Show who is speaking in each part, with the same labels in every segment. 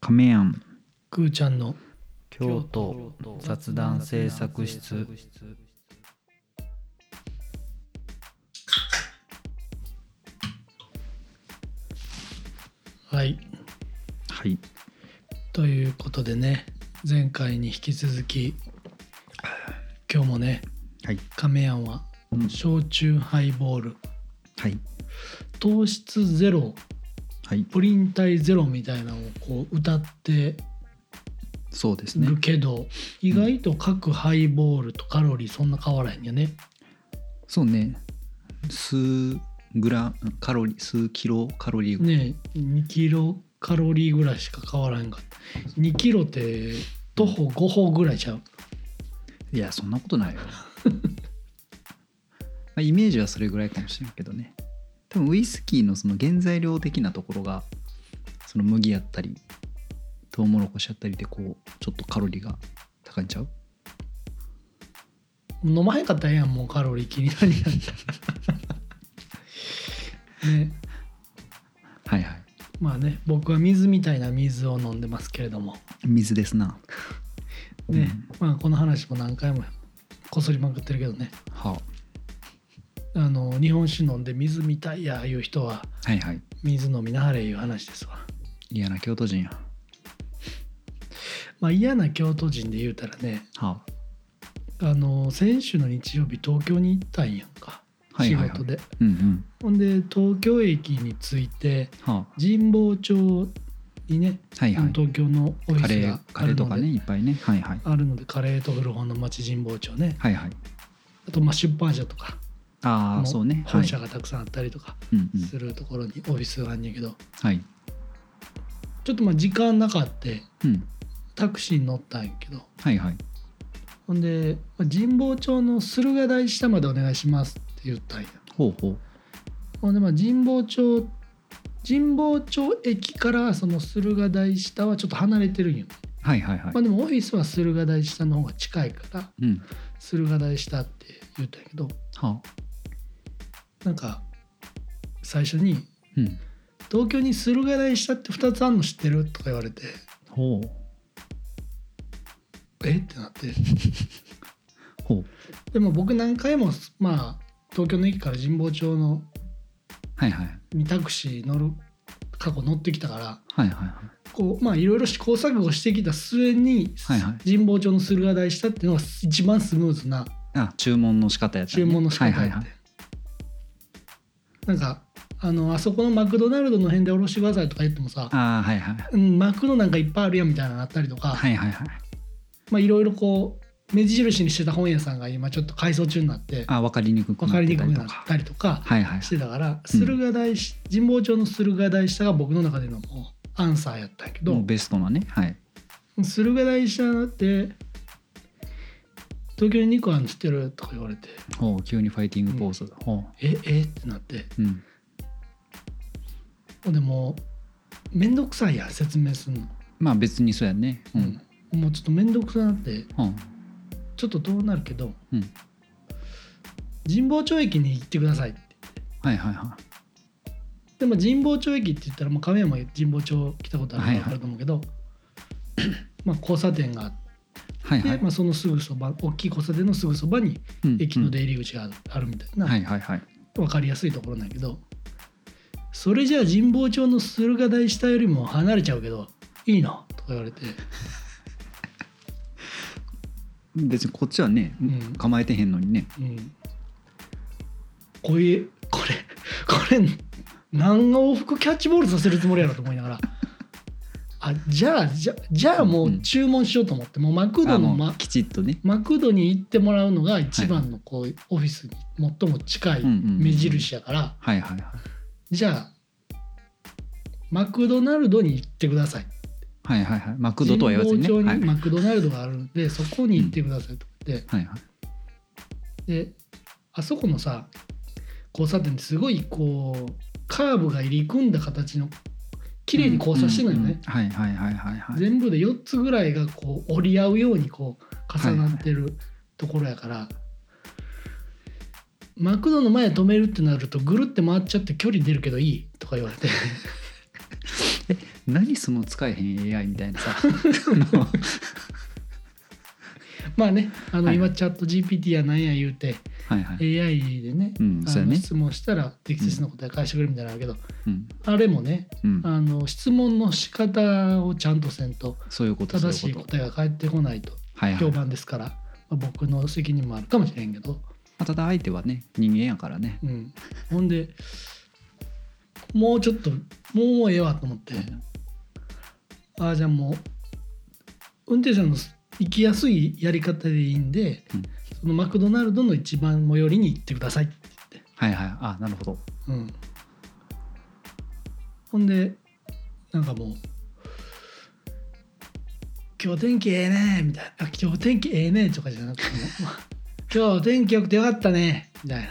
Speaker 1: 亀庵
Speaker 2: くーちゃんの
Speaker 1: 京都雑談制作室
Speaker 2: はい
Speaker 1: はい
Speaker 2: ということでね前回に引き続き今日もね
Speaker 1: はい、
Speaker 2: 亀庵は
Speaker 1: うん
Speaker 2: 焼酎ハイボール
Speaker 1: はい
Speaker 2: 糖質ゼロ
Speaker 1: はい
Speaker 2: プリン体ゼロみたいなのをこう歌って
Speaker 1: そうですね
Speaker 2: るけど、意外と各ハイボールとカロリーそんな変わらへんよね
Speaker 1: そうね数グラカロリー数キロカロリー、
Speaker 2: ねえ2キロカロリーぐらいしか変わらへんかった2キロって徒歩5歩ぐらいちゃう
Speaker 1: いやそんなことないよ まあイメージはそれぐらいかもしれんけどね多分ウイスキーのその原材料的なところがその麦やったりトウモロコシやったりでこうちょっとカロリーが高いんちゃう
Speaker 2: 飲まへんかったらええやんもうカロリー気になりやんね
Speaker 1: はいはい
Speaker 2: まあね僕は水みたいな水を飲んでますけれども
Speaker 1: 水ですな
Speaker 2: ね、まあこの話も何回もこすりまくってるけどね
Speaker 1: は
Speaker 2: あの日本酒飲んで水みたいやいう人は
Speaker 1: あはいはい
Speaker 2: 水飲みなはれいう話ですわ
Speaker 1: 嫌な京都人や
Speaker 2: まあ嫌な京都人で言うたらね
Speaker 1: はあ
Speaker 2: あの先週の日曜日東京に行ったんやんか、
Speaker 1: はいはい
Speaker 2: 仕
Speaker 1: はい
Speaker 2: 事で
Speaker 1: うんうん
Speaker 2: ほんで東京駅に着いて
Speaker 1: はあ
Speaker 2: 神保町にね、
Speaker 1: はいはい
Speaker 2: 東京のオフ
Speaker 1: カレ
Speaker 2: ィスが
Speaker 1: ーカレーとかねいっぱいねはいはい
Speaker 2: あるのでカレーと古本の町神保町ね
Speaker 1: はいはい
Speaker 2: あとまあ出版社とか
Speaker 1: あ
Speaker 2: も
Speaker 1: あそうねは
Speaker 2: 本
Speaker 1: い
Speaker 2: 社がたくさんあったりとか
Speaker 1: うんうん
Speaker 2: するところにオフィスがあんねんけど、
Speaker 1: はい
Speaker 2: ちょっとまあ時間なかって
Speaker 1: うん
Speaker 2: タクシーに乗ったんやけど
Speaker 1: はいはい
Speaker 2: ほんで「まあ神保町の駿河台下までお願いします」って言ったんや
Speaker 1: ほうほう
Speaker 2: ほんでまあ神保町神保町駅からその駿河台下はちょっと離れてるんよ、
Speaker 1: はいはいはい
Speaker 2: まあでもオフィスは駿河台下の方が近いから
Speaker 1: うん
Speaker 2: 駿河台下って言ったんやけど
Speaker 1: はあ
Speaker 2: なんか最初に
Speaker 1: うん
Speaker 2: 「東京に駿河台下って2つあんの知ってる?」とか言われて
Speaker 1: ほう
Speaker 2: 「えっ?」てなって
Speaker 1: ほう
Speaker 2: でも僕何回もまあ東京の駅から神保町の
Speaker 1: はいはい
Speaker 2: にタクシー乗る過去乗ってきたから
Speaker 1: はいはいはい
Speaker 2: こうまあいろいろ試行錯誤してきた末に、
Speaker 1: はいはい
Speaker 2: 神保町の駿河台したっていうのが一番スムーズな
Speaker 1: あ注文の仕方やったね
Speaker 2: 注文の仕方やって、
Speaker 1: はいはいはい
Speaker 2: なんかあのあそこのマクドナルドの辺で降ろしてくださいとか言ってもさ、
Speaker 1: ああはいはい
Speaker 2: うん、マクドなんかいっぱいあるやんみたいなのがあったりとか、
Speaker 1: はいはいはい
Speaker 2: まあいろいろこう目印にしてた本屋さんが今ちょっと改装中になって
Speaker 1: あ分かりにくく
Speaker 2: 分
Speaker 1: な
Speaker 2: か
Speaker 1: っ
Speaker 2: り
Speaker 1: て
Speaker 2: に
Speaker 1: た
Speaker 2: くく
Speaker 1: りと
Speaker 2: なっ
Speaker 1: か
Speaker 2: たりとか
Speaker 1: はいはい
Speaker 2: してたから駿河台し神保町の駿河台下が僕の中でのもうアンサーやったんやけど、
Speaker 1: もうベストなねはい
Speaker 2: 駿河台下って東京に2個あるの知ってるとか言われて
Speaker 1: ほう急にファイティングポーズほ
Speaker 2: ええってなって
Speaker 1: ううん
Speaker 2: ほんでもうめんどくさいやん説明すんの、
Speaker 1: まあ別にそうやねうん
Speaker 2: うんもうちょっとめんどくさなって
Speaker 1: うん
Speaker 2: ちょっとどうなるけど
Speaker 1: うん
Speaker 2: 神保町駅に行ってくださいって
Speaker 1: はいはいは
Speaker 2: でも神保町駅って言ったら、まあ、亀山神保町来たことあるか
Speaker 1: はい
Speaker 2: ら
Speaker 1: はい
Speaker 2: 分かると思うけど、 まあ交差点があっ
Speaker 1: いはい
Speaker 2: て、
Speaker 1: はい
Speaker 2: まあ、そのすぐそば大きい交差点のすぐそばに
Speaker 1: うん
Speaker 2: 駅の
Speaker 1: うん
Speaker 2: 出入り口がある,、あるみたいな、
Speaker 1: はいはいはい
Speaker 2: 分かりやすいところなんやけどそれじゃあ神保町の駿河台下よりも離れちゃうけどいいのとか言われて
Speaker 1: 別にこっちはね、
Speaker 2: ん
Speaker 1: 構えてへんのにね
Speaker 2: うんこういうこれこれ何が往復キャッチボールさせるつもりやろと思いながらあじゃあじゃあじゃあもう注文しようと思ってもうマクド
Speaker 1: あ
Speaker 2: の、
Speaker 1: もう
Speaker 2: ま、
Speaker 1: きちっとね
Speaker 2: マクドに行ってもらうのが一番のこうオフィスに最も近い
Speaker 1: うんうんうん
Speaker 2: 目印やから
Speaker 1: はいはいはい
Speaker 2: じゃあマクドナルドに行ってください
Speaker 1: はいはいはいマクドとは言わずにね
Speaker 2: 神保
Speaker 1: は
Speaker 2: 町
Speaker 1: い
Speaker 2: にマクドナルドがあるんで、そこに行ってくださいと言って、
Speaker 1: はいはい
Speaker 2: であそこのさ交差点ってすごいこうカーブが入り組んだ形の綺麗に交差してるのよね、
Speaker 1: うんうんうんはいはいはいはいはい
Speaker 2: 全部で4つぐらいがこう折り合うようにこう重なってるところやから、マクドの 前止めるってなるとぐるって回っちゃって距離出るけどいいとか言われて
Speaker 1: 何その使えへん AI みたいな さあの
Speaker 2: まあねあの
Speaker 1: はい
Speaker 2: 今チャット GPT やなんや言うて
Speaker 1: はいはい、
Speaker 2: AI でね
Speaker 1: うん
Speaker 2: あ
Speaker 1: そうや
Speaker 2: の
Speaker 1: ね
Speaker 2: 質問したら適切な答え返してくれるみたいなのあるけど
Speaker 1: うん
Speaker 2: あれもね
Speaker 1: うん、
Speaker 2: あの質問の仕方をちゃんとせんと
Speaker 1: そういうこと
Speaker 2: 正
Speaker 1: そ
Speaker 2: し
Speaker 1: うい
Speaker 2: いう
Speaker 1: こと
Speaker 2: 答えが返ってこないと
Speaker 1: はいはい
Speaker 2: 評
Speaker 1: ま
Speaker 2: 判ですから、まあ、僕の責任もあるかもしれんけど、
Speaker 1: あ、ただ相手はね人間やからね
Speaker 2: うん、ほんでもうちょっともうええわと思ってああじゃあもう運転手さんの行きやすいやり方でいいんで、
Speaker 1: うん
Speaker 2: そのマクドナルドの一番最寄りに行ってくださいって
Speaker 1: はいはいあなるほど
Speaker 2: 言って、うん、ほんでなんかもう「今日天気ええね」みたいなあ「今日天気ええね」とかじゃなくても「 今日天気よくてよかったね」みたいな。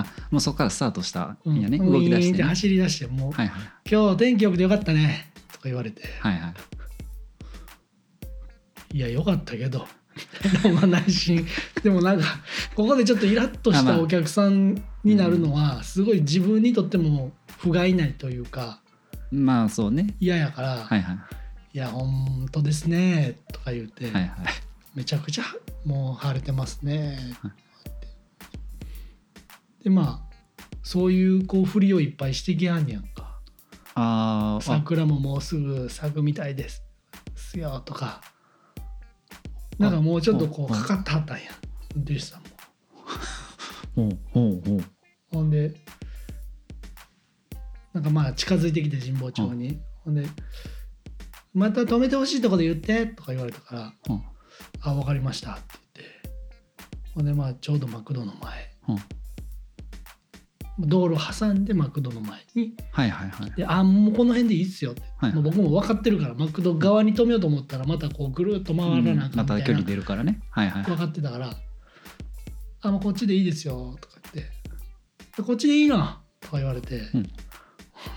Speaker 1: あもうそこからスタートした
Speaker 2: うん
Speaker 1: んやね、
Speaker 2: ウィーン
Speaker 1: 動き出し
Speaker 2: って
Speaker 1: ね、
Speaker 2: 走り出してもう、
Speaker 1: はいはい
Speaker 2: 今日天気良くてよかったね」とか言われて
Speaker 1: はいはい
Speaker 2: 「いやよかったけど」 でも内心でもなんかここでちょっとイラッとし
Speaker 1: あま
Speaker 2: た
Speaker 1: あ
Speaker 2: お客さんになるのはすごい自分にとっても不甲斐ないというか
Speaker 1: まあそうね
Speaker 2: 嫌やから「、
Speaker 1: はいいはい
Speaker 2: や本当ですね」とか言って、
Speaker 1: はいはい
Speaker 2: めちゃくちゃもう晴れてますね」
Speaker 1: はい
Speaker 2: でまあそういうこう振りをいっぱいしてきはんねやんか。
Speaker 1: あーあ
Speaker 2: 桜ももうすぐ咲くみたいですすよとかなんかもうちょっとこう
Speaker 1: ああ
Speaker 2: かかってはったんや運転手さんも
Speaker 1: ほうほうほう
Speaker 2: ほんでなんかまあ近づいてきて神保町にほんで「また止めてほしいとこで言って」とか言われたから
Speaker 1: ほう
Speaker 2: 「あ分かりました」って言ってほんでまあちょうどマクドの前
Speaker 1: ほう
Speaker 2: 道路挟んでマクドの前に
Speaker 1: はいはいはい
Speaker 2: であもうこの辺でいいっすよって、
Speaker 1: はい
Speaker 2: もう僕も分かってるからマクド側に止めようと思ったらまたこうぐるっと回らなあ
Speaker 1: うんま
Speaker 2: かんみた
Speaker 1: た
Speaker 2: い
Speaker 1: 距
Speaker 2: な、
Speaker 1: 離出るからねはいはい
Speaker 2: 分かってたから「あもうこっちでいいですよ」とか言ってで「こっちでいいの?」とか言われて、
Speaker 1: うん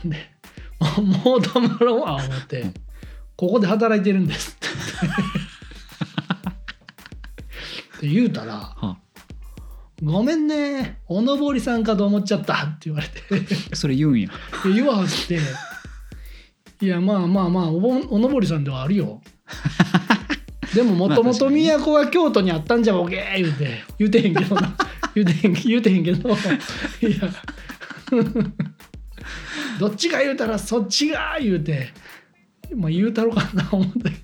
Speaker 2: ほんで「もうもう止まろうわ」思って、
Speaker 1: うん
Speaker 2: ここで働いてるんです」って言ってって言うたら
Speaker 1: は
Speaker 2: 「ごめんねおのぼりさんかと思っちゃった」って言われて。
Speaker 1: あそれ言うんや
Speaker 2: で言わはって「いやまあまあまあおぼんおのぼりさんではあるよ」でももともと都が京都にあったんじゃボケー言うて言うてへんけどな言うてへん言うてへんけどいやどっちが言うたらそっちが言うてまあ言うたろかな思ったけ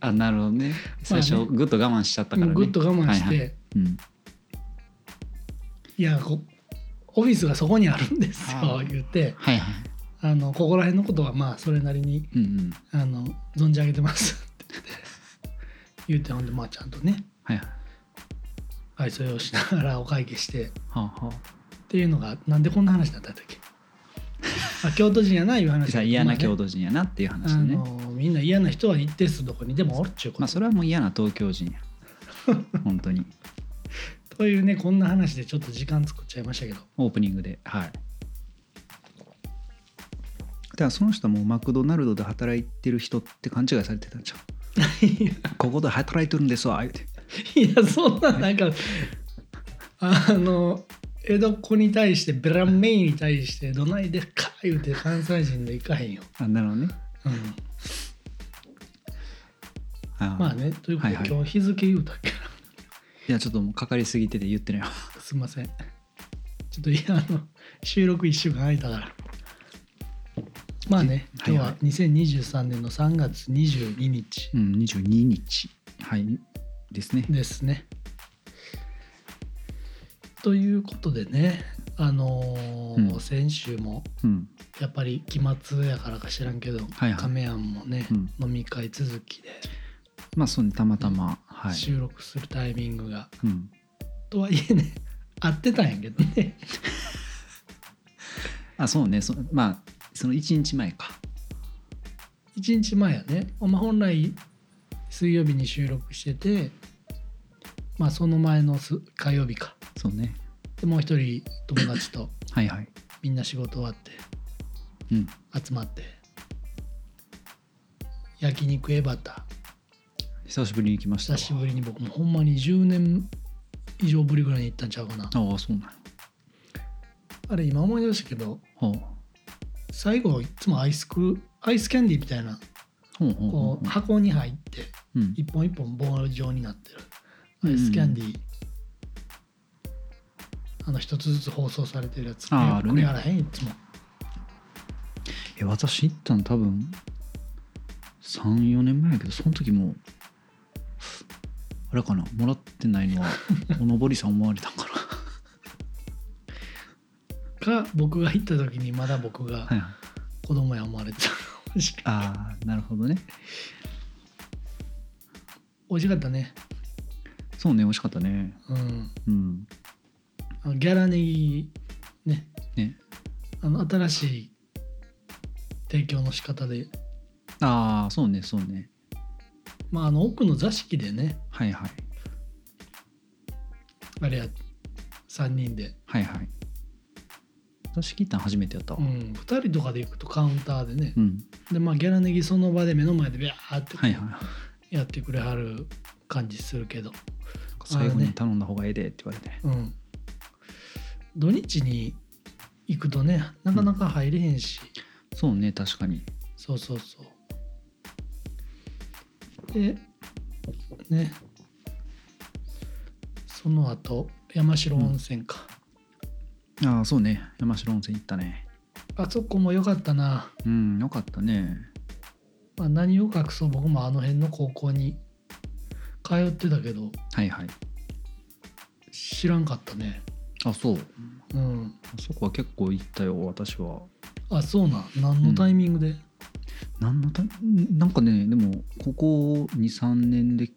Speaker 1: あなるほどね最初ぐっと我慢しちゃったか
Speaker 2: ど、
Speaker 1: らね
Speaker 2: ぐっと我慢して「
Speaker 1: はい
Speaker 2: い
Speaker 1: はうん
Speaker 2: やこオフィスがそこにあるんですよ
Speaker 1: あ」ー
Speaker 2: 言うて
Speaker 1: はいはい
Speaker 2: あのここら辺のことはまあそれなりに
Speaker 1: うんうん
Speaker 2: あの存じ上げてます って言って言うてほんでまあちゃんとね
Speaker 1: はいはい
Speaker 2: 愛想をしながらお会計してっ
Speaker 1: はあは
Speaker 2: ていうのがなんでこんな話になったんだっけあ京都人やないう
Speaker 1: あ
Speaker 2: 話
Speaker 1: じゃあ嫌な
Speaker 2: 京
Speaker 1: 郷
Speaker 2: 都
Speaker 1: 土人やなっていう話
Speaker 2: あ
Speaker 1: でね
Speaker 2: のみんな嫌な人は一定数どこにでもおるっちゅうこと、
Speaker 1: まあそれはもう嫌な東京 人や本当に
Speaker 2: というねこんな話でちょっと時間作っちゃいましたけど
Speaker 1: オープニングではいだからその人はもうマクドナルドで働いてる人って勘違いされてたんちゃう
Speaker 2: いや
Speaker 1: ここで働いてるんですわ言うて
Speaker 2: いやそんななんかあの江戸っ子に対してベランメインに対してどないでっか言うて関西人でいかへんよ、
Speaker 1: あなるほどね
Speaker 2: うん、
Speaker 1: あ
Speaker 2: まあねというこ
Speaker 1: は
Speaker 2: とで、
Speaker 1: いはい
Speaker 2: 今日日付言うたっけない
Speaker 1: やちょっともうかかりすぎてて言ってないわ
Speaker 2: すいません。ちょっといやあの 収録1週間空いたから。まあね、
Speaker 1: は
Speaker 2: 今
Speaker 1: い
Speaker 2: 日
Speaker 1: はい
Speaker 2: は2023年の3月22日
Speaker 1: うん22日はいですね
Speaker 2: ですね。ということでね、あのー
Speaker 1: うん
Speaker 2: 先週も
Speaker 1: うん
Speaker 2: やっぱり期末やからか知らんけど、
Speaker 1: はいはい
Speaker 2: カメアンもね、
Speaker 1: うん
Speaker 2: 飲み会続きで
Speaker 1: まあそうねたまたまはい
Speaker 2: 収録するタイミングが、
Speaker 1: うん
Speaker 2: とはいえね 合ってたんやけどね
Speaker 1: あそうねそまあその1日前か
Speaker 2: 1日前やね、まあ、本来水曜日に収録してて、まあ、その前のす火曜日か
Speaker 1: そうね
Speaker 2: でもう一人友達 と
Speaker 1: はいはい
Speaker 2: みんな仕事終わって
Speaker 1: うん
Speaker 2: 集まって焼肉エバタ
Speaker 1: 久しぶりに行きました
Speaker 2: 久
Speaker 1: わ
Speaker 2: しぶりに僕もほんまに10年以上ぶりぐらいに行ったんちゃうかな
Speaker 1: ああそうな
Speaker 2: あれ今思い出したけど
Speaker 1: のは
Speaker 2: 最後いつもアイスクアイスキャンディーみたいな
Speaker 1: ほうほうほ
Speaker 2: こう箱に入って
Speaker 1: ううん
Speaker 2: 一本一本棒状になってるアイスキャンディー、あの一つずつ包装されてるやつ
Speaker 1: あーあるね
Speaker 2: これやらへんいつも
Speaker 1: え私行ったの多分34年前やけどその時もうあれかなもらってない のはおのぼりさん思われたんかな
Speaker 2: か僕が行った時にまだ僕が
Speaker 1: はいはい
Speaker 2: 子供や思われ てたかもしれん
Speaker 1: ああなるほどね
Speaker 2: 美味しかったね
Speaker 1: そうね美味しかったね
Speaker 2: うん
Speaker 1: うん
Speaker 2: あのギャラネギね
Speaker 1: ね
Speaker 2: あの新しい提供の仕方で
Speaker 1: ああそうねそうね
Speaker 2: まああの奥の座敷でね
Speaker 1: はいはい
Speaker 2: あれや3人で、
Speaker 1: はいはい私聞いたの初めてやったわ
Speaker 2: う、ん、2人とかで行くとカウンターでね
Speaker 1: うん
Speaker 2: でまあギャラネギその場で目の前でビャーって
Speaker 1: はいはいはい
Speaker 2: やってくれはる感じするけど、
Speaker 1: 最後に頼んだ方がええでって言われて、
Speaker 2: うん土日に行くとねなかなか入れへんし、
Speaker 1: そうね確かに
Speaker 2: そうそうそうでねその後山城温泉か、
Speaker 1: ああそうね山城温泉行ったね
Speaker 2: あそこも良かったな、
Speaker 1: うんよかったね
Speaker 2: まあ、何を隠そう僕もあの辺の高校に通ってたけど
Speaker 1: はいはい
Speaker 2: 知らんかったね
Speaker 1: あそう
Speaker 2: うん
Speaker 1: あそこは結構行ったよ私は
Speaker 2: あそうなん何のタイミングで、
Speaker 1: 何のたなんかねでもここ23年で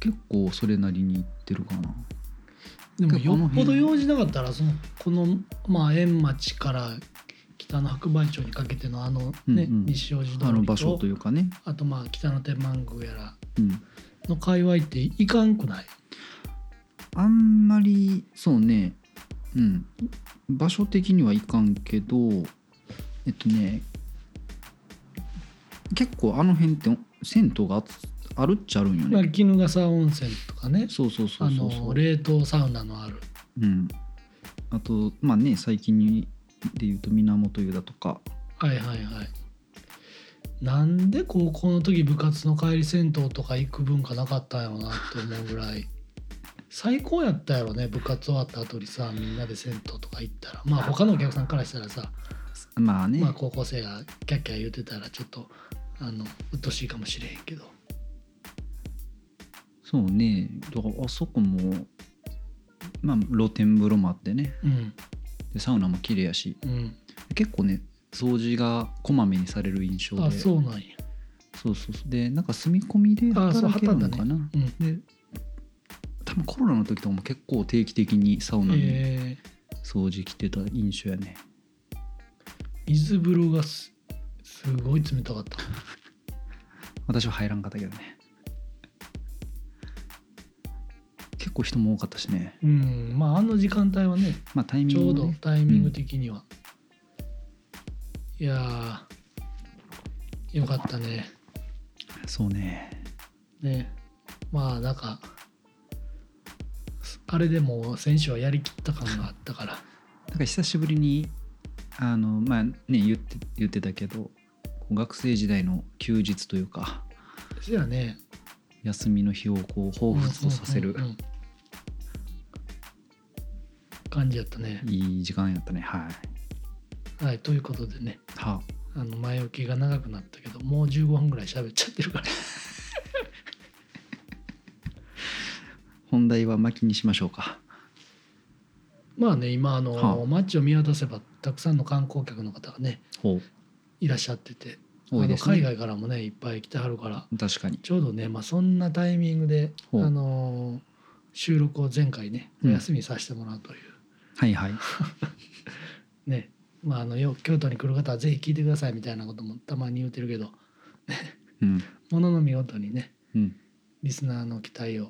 Speaker 1: 結構それなりに行ってるかな
Speaker 2: でも
Speaker 1: 結構あ
Speaker 2: よ
Speaker 1: の
Speaker 2: っぽど
Speaker 1: 辺
Speaker 2: 用事なかったらそのこの、まあ、円町から北の白梅町にかけてのあの、ね
Speaker 1: うんうん
Speaker 2: 西大路通りと
Speaker 1: あの場所というかね
Speaker 2: あとまあ北の天満宮やら
Speaker 1: うん
Speaker 2: の界隈っていかんくない
Speaker 1: あんまりそうねうん場所的にはいかんけどえっとね結構あの辺って銭湯があつあるっちゃあるんよ
Speaker 2: まあ
Speaker 1: ね
Speaker 2: 衣笠温泉とかね
Speaker 1: そうそうそ
Speaker 2: あ
Speaker 1: うそうそう
Speaker 2: の冷凍サウナのある
Speaker 1: うん、あとまあね最近にで言うと源湯だとか
Speaker 2: はいはいはいなんで高校の時部活の帰り銭湯とか行く文化なかったんやろうなって思うぐらい最高やったやろね部活終わった後にさみんなで銭湯とか行ったらまあ他のお客さんからしたらさ、
Speaker 1: まあね、
Speaker 2: まあ、高校生がキャッキャ言ってたらちょっとあの鬱陶しいかもしれへんけど
Speaker 1: そうねだからあそこもまあ露天風呂もあってね
Speaker 2: うん
Speaker 1: でサウナも綺麗やし
Speaker 2: うん
Speaker 1: 結構ね掃除がこまめにされる印象で
Speaker 2: あそうなんや
Speaker 1: そうそうそうでなんか住み込みで
Speaker 2: あそう
Speaker 1: 働けるの
Speaker 2: 働
Speaker 1: か
Speaker 2: いた
Speaker 1: な、
Speaker 2: うん
Speaker 1: で多分コロナの時とかも結構定期的にサウナに
Speaker 2: えー
Speaker 1: 掃除来てた印象やね、
Speaker 2: 水風呂がすすごい冷たかった
Speaker 1: 私は入らんかったけどね結構人も多かったしね
Speaker 2: うんまああの時間帯はね
Speaker 1: まあタイミ
Speaker 2: ち
Speaker 1: ング
Speaker 2: ょう
Speaker 1: も
Speaker 2: ど
Speaker 1: ね
Speaker 2: タイミング的には、いやーよかったね
Speaker 1: そうね
Speaker 2: ねまあなんかあれでもう選手はやりきった感があった から
Speaker 1: なんか久しぶりにあのまあね言って言ってたけどこう学生時代の休日というか
Speaker 2: そやね
Speaker 1: 休みの日をこう彷彿とさせる
Speaker 2: うんうんうん感じやったね
Speaker 1: いい時間やったねはい
Speaker 2: はいということでね
Speaker 1: は
Speaker 2: あの前置きが長くなったけどもう15分ぐらい喋っちゃってるから
Speaker 1: 本題は巻きにしましょうか
Speaker 2: まあね今あの、
Speaker 1: はあ
Speaker 2: 街を見渡せばたくさんの観光客の方がね
Speaker 1: ほ
Speaker 2: いらっしゃってて、
Speaker 1: う多
Speaker 2: あ
Speaker 1: い
Speaker 2: の
Speaker 1: です
Speaker 2: 海
Speaker 1: ね
Speaker 2: 外からもねいっぱい来てはるから
Speaker 1: 確かに
Speaker 2: ちょうどね、まあ、そんなタイミングで、
Speaker 1: ほう
Speaker 2: あのー収録を前回ねお
Speaker 1: うん
Speaker 2: 休みさせてもらうという、
Speaker 1: はいはい
Speaker 2: ねまああのよ京都に来る方はぜひ聞いてくださいみたいなこともたまに言ってるけど
Speaker 1: うん
Speaker 2: ものの見事にね
Speaker 1: うん
Speaker 2: リスナーの期待を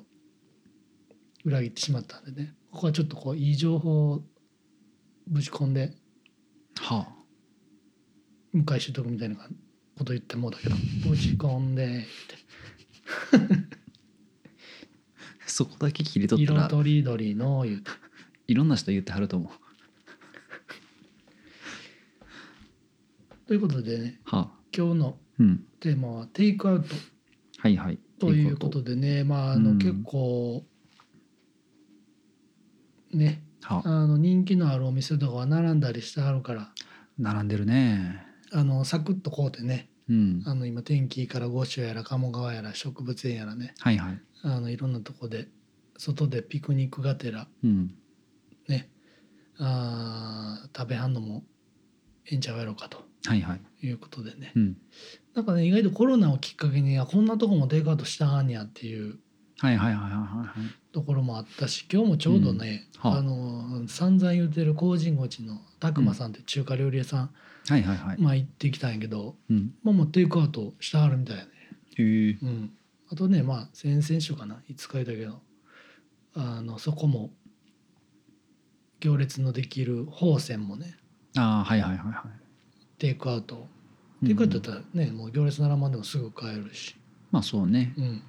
Speaker 2: 裏切ってしまったんでねここはちょっとこういい情報をぶち込んで
Speaker 1: はあ
Speaker 2: 向井取得みたいなこと言ってもうだけどぶち込んで
Speaker 1: そこだけ切り取った
Speaker 2: 色
Speaker 1: ら
Speaker 2: とりどりの言うて
Speaker 1: いろんな人言ってはると思う
Speaker 2: ということでね
Speaker 1: はあ
Speaker 2: 今日の
Speaker 1: うん
Speaker 2: テーマはテイクアウト
Speaker 1: はいはい
Speaker 2: ということでねまああの
Speaker 1: うん
Speaker 2: 結構、ね
Speaker 1: は
Speaker 2: あの人気のあるお店とかは並んだりしてあるから
Speaker 1: 並んでるね
Speaker 2: あのサクッとこうてね
Speaker 1: うん
Speaker 2: あの今天気いいから五州やら鴨川やら植物園やらね
Speaker 1: はいはい
Speaker 2: あのいろんなとこで外でピクニックがてら
Speaker 1: うん
Speaker 2: ねあー食べはんのもええんちゃうやろうかと
Speaker 1: はいはい
Speaker 2: いうことでね
Speaker 1: うん
Speaker 2: なんかね意外とコロナをきっかけにあこんなとこもテイクアウトしたはんやっていう
Speaker 1: はいはいはいはいはいはい
Speaker 2: ところもあったし今日もちょうどね、
Speaker 1: うんはあ
Speaker 2: あの散々言うてる高人口の拓磨さんって中華料理屋さん、
Speaker 1: はいはいはい
Speaker 2: まあ行ってきたんやけど
Speaker 1: うん
Speaker 2: まあもうテイクアウトしてはるみたいやね
Speaker 1: へえ
Speaker 2: うんあとねまあ先々週かないつかいたけどあのそこも行列のできる宝泉もね
Speaker 1: ああはいはいはいは
Speaker 2: テイクアウト
Speaker 1: い
Speaker 2: テイクアウト
Speaker 1: うん
Speaker 2: だったらね、もう行列並ばんでもすぐ買えるし
Speaker 1: まあそうね
Speaker 2: うん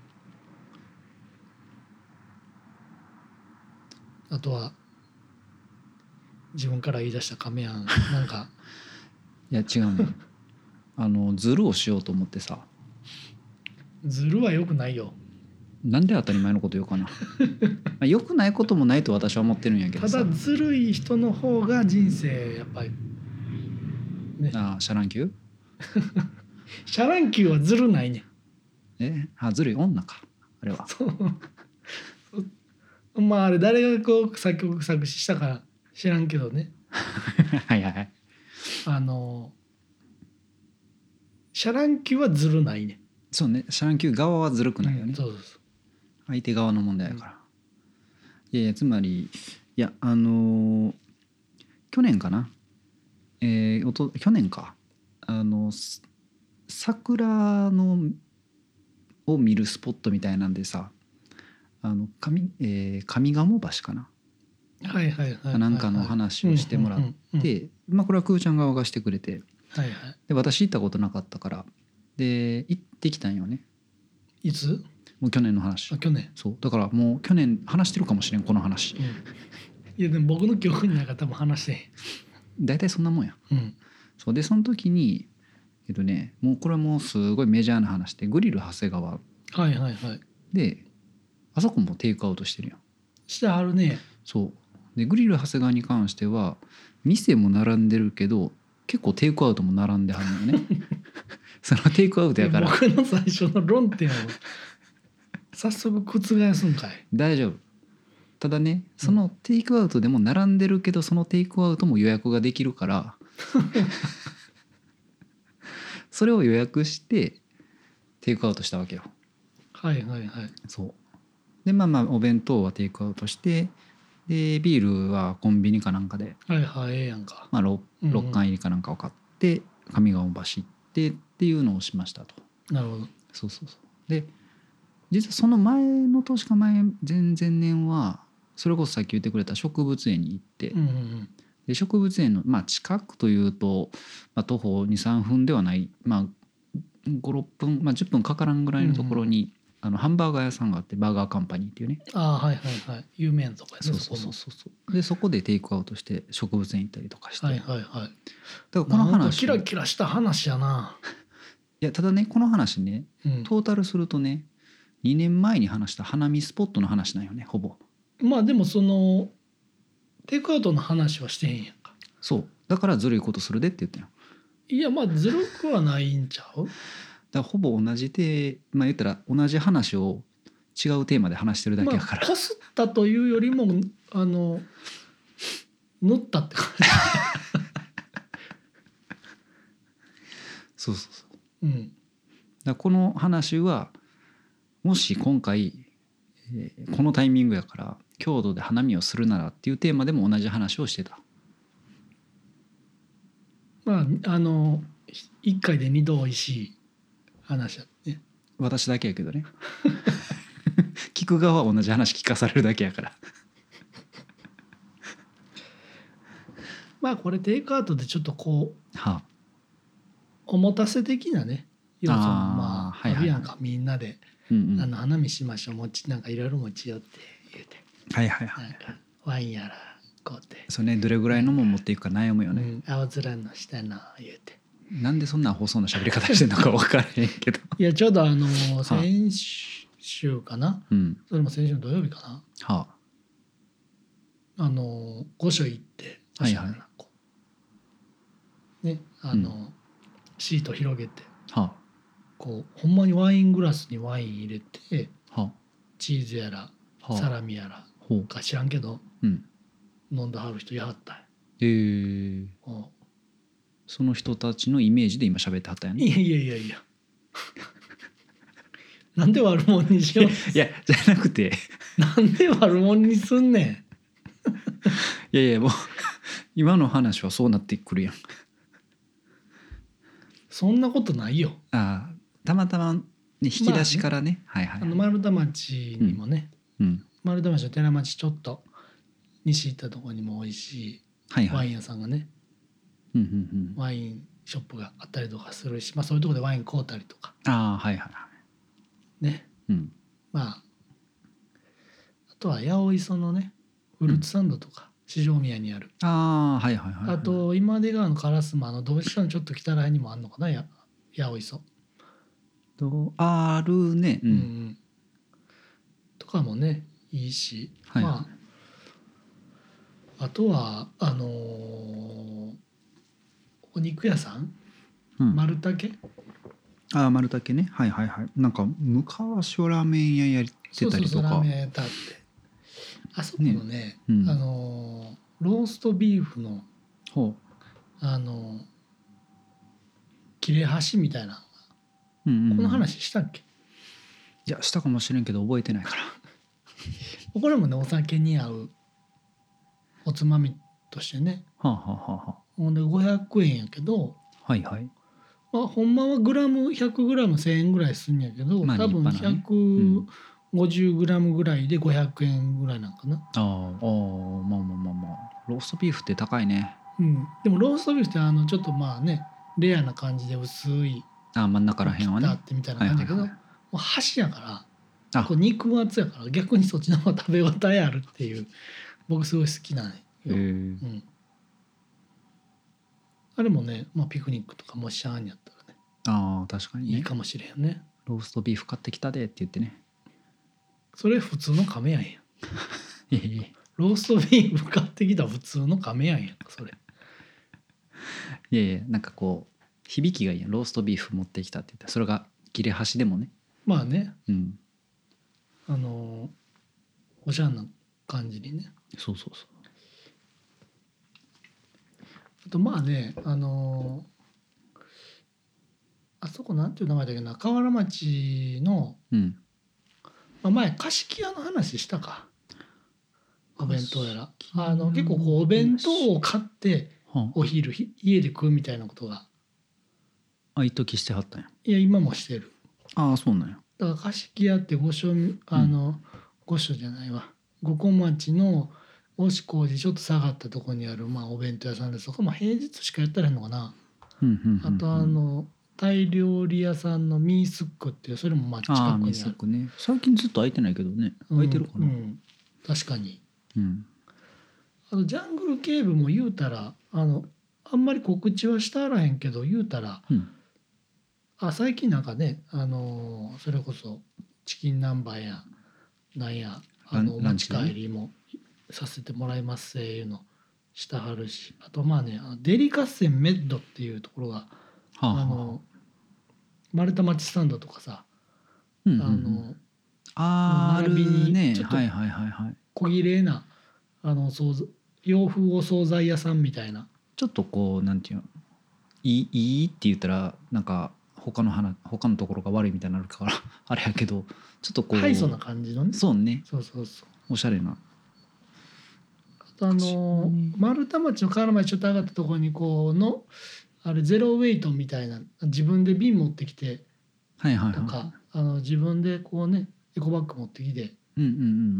Speaker 2: あとは自分から言い出した亀やんなんか
Speaker 1: いや違うねあのズルをしようと思ってさ
Speaker 2: ずるはよくないよ
Speaker 1: なんで当たり前のこと言うかなまあ良くないこともないと私は思ってるんやけ
Speaker 2: た
Speaker 1: どさ
Speaker 2: だずるい人の方が人生やっぱり
Speaker 1: ああシャラン級
Speaker 2: シャランキューはずるないねん
Speaker 1: えあずるい女かあれ は
Speaker 2: そうまああれ誰がこう作曲作詞したか知らんけどね
Speaker 1: はいはいはい。
Speaker 2: あのシャランキューはずるないね
Speaker 1: そうね、シャラン級側はずるくないよね。
Speaker 2: そうそうそう
Speaker 1: 相手側の問題だから。いやいや、つまり、いや、あのー去年かな。えー、おと去年か。あの、す桜のを見るスポットみたいなんでさ、あの上,、えー、上賀茂橋かな、
Speaker 2: はいはいはいはい
Speaker 1: なんかの話をしてもらって、
Speaker 2: うんうんうん
Speaker 1: まあ、これはくーちゃん側がしてくれて
Speaker 2: うんはいは
Speaker 1: で私行ったことなかったからで行ってきたんよね
Speaker 2: いいつ
Speaker 1: もう去年の話
Speaker 2: あ去年、
Speaker 1: そうだからもう去年話してるかもしれんこの話
Speaker 2: うん、いやでも僕の記憶になんか多分話して
Speaker 1: 大体そんなもんや
Speaker 2: へんうん
Speaker 1: そうでその時にえっとねもうこれはもうすごいメジャーな話でグリル長谷川
Speaker 2: はいはいはい
Speaker 1: であそこもテイクアウトしてるやん
Speaker 2: してあるね
Speaker 1: そうでグリル長谷川に関しては店も並んでるけど結構テイクアウトも並んではるのよねそのテイクアウトやから
Speaker 2: 僕の最初の論点を早速覆すんかい
Speaker 1: 大丈夫ただねそのテイクアウトでも並んでるけど、そのテイクアウトも予約ができるからそれを予約してテイクアウトしたわけよ
Speaker 2: はいはいはい
Speaker 1: そうでまあまあお弁当はテイクアウトしてでビールはコンビニかなんかで、
Speaker 2: はいはいええやんか
Speaker 1: まあ、6,
Speaker 2: うんうん
Speaker 1: 六缶入りかなんかを買って上川橋行ってっていうのをしましたと
Speaker 2: なるほど
Speaker 1: そうそうそうで実はその前の年か前前々年はそれこそさっき言ってくれた植物園に行って、
Speaker 2: うんうんうん
Speaker 1: で植物園の、まあ、近くというと、まあ、徒歩23分ではない、まあ、56分、まあ、10分かからんぐらいのところに、あのハンバーガー屋さんがあってバーガーカンパニーっていうね
Speaker 2: ああはいはいはい有名なとこやねこも
Speaker 1: そうそうでそこでテイクアウトして植物園行ったりとかして、
Speaker 2: はいはいはい
Speaker 1: だからこの
Speaker 2: なんか
Speaker 1: 話
Speaker 2: キラキラした話やな、
Speaker 1: いやただねこの話ね
Speaker 2: うん、
Speaker 1: トータルするとね2年前に話した花見スポットの話なんよねほぼ。
Speaker 2: まあでもそのテイクアウトの話はしてへんやんか
Speaker 1: そうだからずるいことするでって言ったよ
Speaker 2: いやまあずるくはないんちゃ
Speaker 1: だ
Speaker 2: う
Speaker 1: からほぼ同じでまあ言ったら同じ話を違うテーマで話してるだ
Speaker 2: ま
Speaker 1: け
Speaker 2: あ
Speaker 1: やから、
Speaker 2: こすったというよりもあの塗ったって 感じ、
Speaker 1: そうそうそうだか
Speaker 2: うん、
Speaker 1: らこの話はもし今回、えーこのタイミングやから郷土で花見をするならっていうテーマでも同じ話をしてた
Speaker 2: まああのひ一回で二度おいしい話やね
Speaker 1: 私だけやけどね 聞く側は同じ話聞かされるだけやから
Speaker 2: まあこれテイクアウトでちょっとこう
Speaker 1: はあ
Speaker 2: おもたせ的なね要素も
Speaker 1: あー
Speaker 2: まあ
Speaker 1: はいはい
Speaker 2: あるやんかみんなで
Speaker 1: うん
Speaker 2: 「
Speaker 1: うん
Speaker 2: あの花見しましょう餅なんかいろいろ持ち寄って」言うて
Speaker 1: はいはいはい
Speaker 2: なんかワインやらこうて、
Speaker 1: そうねどれぐらいのもん持っていくか悩むよ
Speaker 2: う
Speaker 1: ね
Speaker 2: ん、青空の下の言うて
Speaker 1: なんでそんな細な喋り方してんのか分からへんけど
Speaker 2: いやちょうどあのー先週かな
Speaker 1: うん
Speaker 2: それも先週の土曜日か
Speaker 1: はあ
Speaker 2: なあのー御所行って
Speaker 1: はいはい
Speaker 2: 御所かなこうねあのー、シート広げて
Speaker 1: は
Speaker 2: こうほんまにワイングラスにワイン入れて
Speaker 1: あは
Speaker 2: チーズやら
Speaker 1: あは
Speaker 2: サ
Speaker 1: あ
Speaker 2: ラミやら
Speaker 1: ほう
Speaker 2: か知らんけど
Speaker 1: うん
Speaker 2: 飲んだはる人やはったんや
Speaker 1: えー、
Speaker 2: うん
Speaker 1: その人たちのイメージで今喋ってはったんやね
Speaker 2: いやいやいやいや なんで悪者にしよう
Speaker 1: いやじゃなくて
Speaker 2: なんで悪者にすんねん
Speaker 1: いやいやもう今の話はそうなってくるやん
Speaker 2: そんなことないよ
Speaker 1: あーたまたま、ね、引き出しからね,、はい
Speaker 2: あ
Speaker 1: はい
Speaker 2: の
Speaker 1: はい、
Speaker 2: 丸太町にもね、
Speaker 1: うん、
Speaker 2: 丸太町の寺町ちょっと西行ったところにも美味しい
Speaker 1: はいは
Speaker 2: ワ
Speaker 1: い
Speaker 2: イン屋さんがね、
Speaker 1: うんうんうん
Speaker 2: ワインショップがあったりとかするし、まあ、そういうところでワイン買うたりとか
Speaker 1: ああはいはいは
Speaker 2: ね
Speaker 1: いうん
Speaker 2: まああとは八百磯のねフルーツサンドとか四条宮にある、
Speaker 1: ああはいはいはいはい
Speaker 2: あと今出川の烏丸のどうしたのちょっと北ら辺にもあんのかなや八百磯、
Speaker 1: とあるねう
Speaker 2: うん
Speaker 1: ん、
Speaker 2: とかもねいいし、
Speaker 1: はいはい
Speaker 2: まああとはあのーお肉屋さん
Speaker 1: うん
Speaker 2: 丸竹、
Speaker 1: ああ丸竹ねはいはいはいなんか昔はラーメン屋やって
Speaker 2: そう
Speaker 1: た
Speaker 2: そう
Speaker 1: り
Speaker 2: そ
Speaker 1: と
Speaker 2: うラー
Speaker 1: か
Speaker 2: メン屋だってあそこのね
Speaker 1: ねうん
Speaker 2: あのーローストビーフの
Speaker 1: ほ
Speaker 2: あのー切れ端みたいな
Speaker 1: ううんうんうん
Speaker 2: この話したっけ、
Speaker 1: いやしたかもしれんけど覚えてないから
Speaker 2: これもねお酒に合うおつまみとしてね
Speaker 1: はあはあはあは
Speaker 2: ほんで500円やけど
Speaker 1: あはいはい
Speaker 2: まあ、ほんまはグラム100グラム1,000円ぐらいすんやけど、
Speaker 1: まあ
Speaker 2: 多分
Speaker 1: 立派なね
Speaker 2: 150グラムぐらいで500円ぐらいなんかな、
Speaker 1: あーあーまあまあまあまあローストビーフって高いね
Speaker 2: うん、でもローストビーフってあのちょっとまあねレアな感じで薄い
Speaker 1: あー真ん中らへんは
Speaker 2: 切っ
Speaker 1: ね
Speaker 2: たってみたいな
Speaker 1: はい
Speaker 2: 感じ
Speaker 1: は
Speaker 2: だ
Speaker 1: い
Speaker 2: けど、
Speaker 1: はい
Speaker 2: もう箸やから
Speaker 1: あ
Speaker 2: こう肉厚やから逆にそっちの方が食べ応えあるっていう僕すごい好きなんよ、
Speaker 1: えー
Speaker 2: うん、あれもね、まあ、ピクニックとかもしあんやったらね
Speaker 1: ああ確かに
Speaker 2: いい
Speaker 1: ね
Speaker 2: かもしれんよね
Speaker 1: ローストビーフ買ってきたでって言ってね
Speaker 2: それ普通の亀やんや
Speaker 1: いやいやい
Speaker 2: ローストビーフ買ってきた普通の亀やんやんかそれ
Speaker 1: やいやなんかこう響きがいいやんローストビーフ持ってきたって言ってそれが切れ端でもね
Speaker 2: まあね
Speaker 1: うん
Speaker 2: あのーおしゃれな感じにね
Speaker 1: そうそうそう
Speaker 2: あとまあねあのーあそこなんていう名前だっけな河原町の、
Speaker 1: うん
Speaker 2: まあ、前貸木屋の話したかお弁当やら
Speaker 1: 貸木屋の
Speaker 2: あの結構こうお弁当を買って
Speaker 1: は
Speaker 2: お昼ひ家で食うみたいなことが
Speaker 1: ああいときしてはったんや
Speaker 2: いや今もしてる
Speaker 1: ああそうなんや
Speaker 2: だから貸し木屋って御所あの、御所じゃないわ五湖町の大志工事ちょっと下がったとこにある、まあ、お弁当屋さんですとか、まあ、平日しかやったらへんのかな、
Speaker 1: うんうんうんうん
Speaker 2: あとあのタイ料理屋さんのミースックっていうそれもまあ近く
Speaker 1: ああ
Speaker 2: に
Speaker 1: ミ
Speaker 2: あ
Speaker 1: ス
Speaker 2: る
Speaker 1: クね最近ずっと空いてないけどね
Speaker 2: うん
Speaker 1: 空いてるか
Speaker 2: う
Speaker 1: なん
Speaker 2: 確かに
Speaker 1: うん
Speaker 2: あとジャングル警部も言うたらあのあんまり告知はしてあらへんけど言うたら
Speaker 1: うん
Speaker 2: あ最近なんかねあのーそれこそチキン南蛮やなんやあのお
Speaker 1: ランラン
Speaker 2: 持ち
Speaker 1: チね
Speaker 2: 帰りもさせてもらいますっていうのしたはるしあとまあねあのデリカセンメッドっていうところが
Speaker 1: はあは
Speaker 2: あ
Speaker 1: あ
Speaker 2: の丸太町スタンドとかさ
Speaker 1: うん
Speaker 2: あ
Speaker 1: うんうん
Speaker 2: の
Speaker 1: あ
Speaker 2: 並び
Speaker 1: る
Speaker 2: に
Speaker 1: ね
Speaker 2: ちょっと
Speaker 1: はいはいはいはい
Speaker 2: 小綺麗なあの惣菜洋風お惣菜屋さんみたいな
Speaker 1: ちょっとこうなんていうのいいいいって言ったらなんか他の花他のところが悪いみたいになるからあれやけどちょっとこう
Speaker 2: ハイソな感じのね
Speaker 1: そうね
Speaker 2: そうそうそう
Speaker 1: おしゃれな
Speaker 2: あとあの
Speaker 1: うん
Speaker 2: 丸太町の河原町ちょっと上がったところにこうのあれゼロウェイトみたいな自分で瓶持ってきて
Speaker 1: はいはい
Speaker 2: と
Speaker 1: は
Speaker 2: かあの自分でこうねエコバッグ持ってきて
Speaker 1: いうんうんうん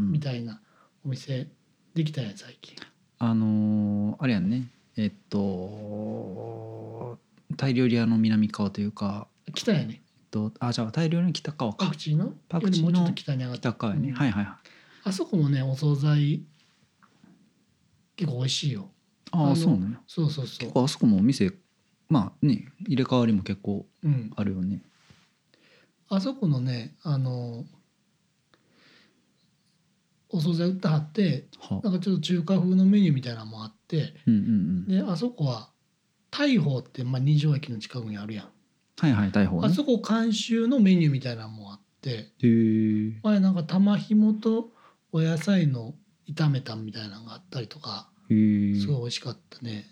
Speaker 1: う
Speaker 2: み
Speaker 1: ん
Speaker 2: たいなお店できたやん最近
Speaker 1: あのーあれやんねえっとタイ料理屋の南側というか
Speaker 2: 来たやね
Speaker 1: えっとあじゃあタイ料理の北側
Speaker 2: パ
Speaker 1: か
Speaker 2: クチーの
Speaker 1: パクチー
Speaker 2: よ
Speaker 1: の
Speaker 2: りもうちょっと北に上がった
Speaker 1: 北側やね、
Speaker 2: うん
Speaker 1: はいはいはい
Speaker 2: あそこもねお惣菜結構美味しいよ
Speaker 1: あ
Speaker 2: あ
Speaker 1: あ
Speaker 2: の
Speaker 1: そうなの
Speaker 2: そうそうそう
Speaker 1: 結構あそこもお店まあね入れ替わりも結構
Speaker 2: うん、
Speaker 1: あるよね
Speaker 2: あそこのねあのお惣菜売ってはって
Speaker 1: は
Speaker 2: なんかちょっと中華風のメニューみたいなのもあって
Speaker 1: うんうんうん
Speaker 2: であそこは大宝って、まあ、二条駅の近くにあるやん、
Speaker 1: はいはい大砲
Speaker 2: あ
Speaker 1: ね
Speaker 2: そこ監修のメニューみたいなのもあって
Speaker 1: へえ
Speaker 2: 前なんか玉ひもとお野菜の炒めたみたいなのがあったりとか
Speaker 1: へえ
Speaker 2: すごい美味しかったね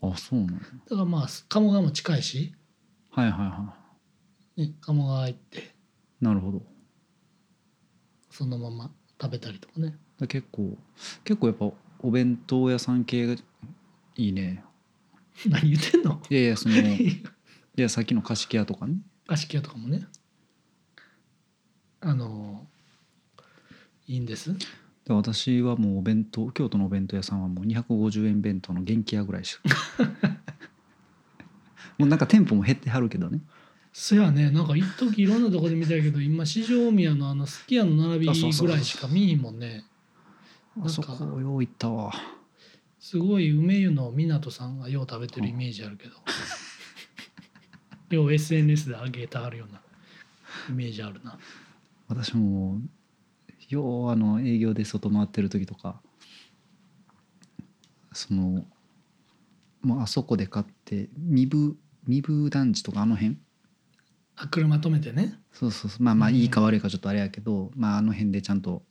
Speaker 1: あそうなの
Speaker 2: だからまあ鴨川も近いし、
Speaker 1: はいはいは
Speaker 2: ね、鴨川行って
Speaker 1: いなるほど
Speaker 2: そのまま食べたりとかね
Speaker 1: だ結構結構やっぱお弁当屋さん系がいいね
Speaker 2: 何言ってんの
Speaker 1: いやいやそのいやさっきの貸し屋とかね
Speaker 2: 足利屋とかもねあのいいんです
Speaker 1: で私はもうお弁当京都のお弁当屋さんはもう250円弁当の元気屋ぐらい しかもうなんか店舗も減ってはるけどね
Speaker 2: そやねなんか一時いろんなとこで見たけど今四条大宮のあのすき家の並び
Speaker 1: あそうそうそう
Speaker 2: ぐらいしか見えへんもんね
Speaker 1: あそこよう行ったわ
Speaker 2: すごい梅湯の湊さんがよう食べてるイメージあるけどよう SNS で上げたあるようなイメージあるな
Speaker 1: 私もようあの営業で外回ってる時とかそのもうあそこで買って身分身分団地とかあの辺
Speaker 2: あ車止めてね
Speaker 1: そうそうそうまあまあ
Speaker 2: うんうん
Speaker 1: いいか悪いかちょっとあれやけど、まああの辺でちゃんと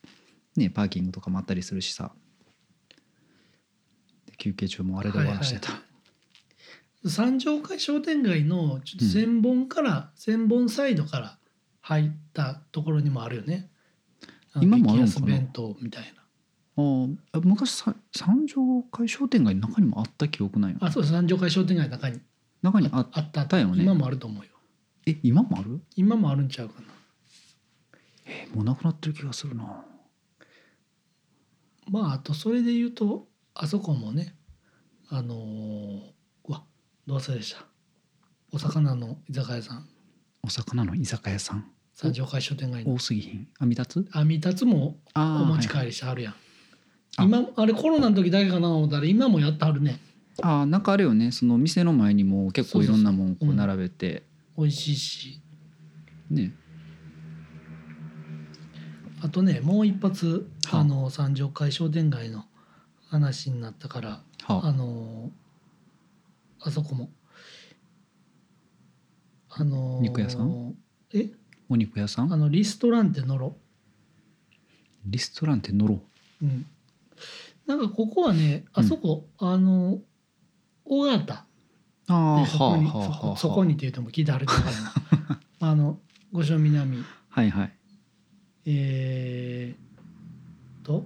Speaker 1: ねパーキングとかもあったりするしさで休憩中もあれで終わらしてた、
Speaker 2: 三条会商店街のちょっと千本から、千本サイドから入ったところにもあるよね
Speaker 1: 今もあるのかな
Speaker 2: 激安弁当みたい
Speaker 1: ああ昔さ三条会商店街の中にもあった記憶ないの
Speaker 2: なあそう三条会商店街の中に
Speaker 1: 中にあっ
Speaker 2: あったあ
Speaker 1: ったよね
Speaker 2: 今もあると思うよ
Speaker 1: え今もある
Speaker 2: 今もあるんちゃうかな
Speaker 1: えもうなくなってる気がするな
Speaker 2: まああとそれで言うとあそこもねあのーうわどうせでしたお魚の居酒屋さん
Speaker 1: お魚の居酒屋さん
Speaker 2: 三条会商店街の
Speaker 1: 多すぎひんあ未達
Speaker 2: 網立つも
Speaker 1: あ
Speaker 2: お
Speaker 1: ー
Speaker 2: 持ち
Speaker 1: はい
Speaker 2: 帰りしてはるやん、
Speaker 1: あ
Speaker 2: 今あれコロナの時だけかな思ったら今もやってはるね
Speaker 1: あーなんかあれよねその店の前にも結構いろんなもんこう並べて
Speaker 2: 美味しいし
Speaker 1: ね
Speaker 2: あとねもう一発
Speaker 1: はあ
Speaker 2: あの三条会商店街の話になったから
Speaker 1: は
Speaker 2: あのーあそこもあのー
Speaker 1: 肉屋さん
Speaker 2: え
Speaker 1: お肉屋さ
Speaker 2: あ
Speaker 1: ん
Speaker 2: のリストランテノロ
Speaker 1: リストランテ乗ろう
Speaker 2: うんなんかここはねあそこ、あの尾形
Speaker 1: あ
Speaker 2: で
Speaker 1: あ
Speaker 2: そ
Speaker 1: はあ
Speaker 2: こに
Speaker 1: はあ
Speaker 2: そ
Speaker 1: はあ
Speaker 2: こそこにって言うても聞いてはると思う からなあの五所南
Speaker 1: はいはい
Speaker 2: えー、と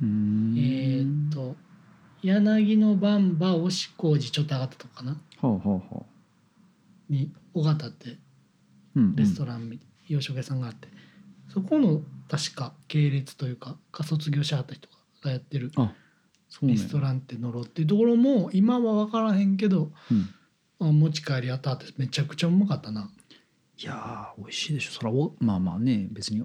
Speaker 1: うーん
Speaker 2: えー、と柳の番場押工事ちょっと上がったとこかな
Speaker 1: はあはあはあ
Speaker 2: に尾形って
Speaker 1: うんうん
Speaker 2: レストランみ、洋食屋さんがあってそこの確か系列というかか卒業しはった人がやってる
Speaker 1: あそうね
Speaker 2: レストランってのろっていうところも今は分からへんけど
Speaker 1: うん
Speaker 2: あ持ち帰りあったってめちゃくちゃうまかったない
Speaker 1: やー美味しいでしょそらおまあまあね別に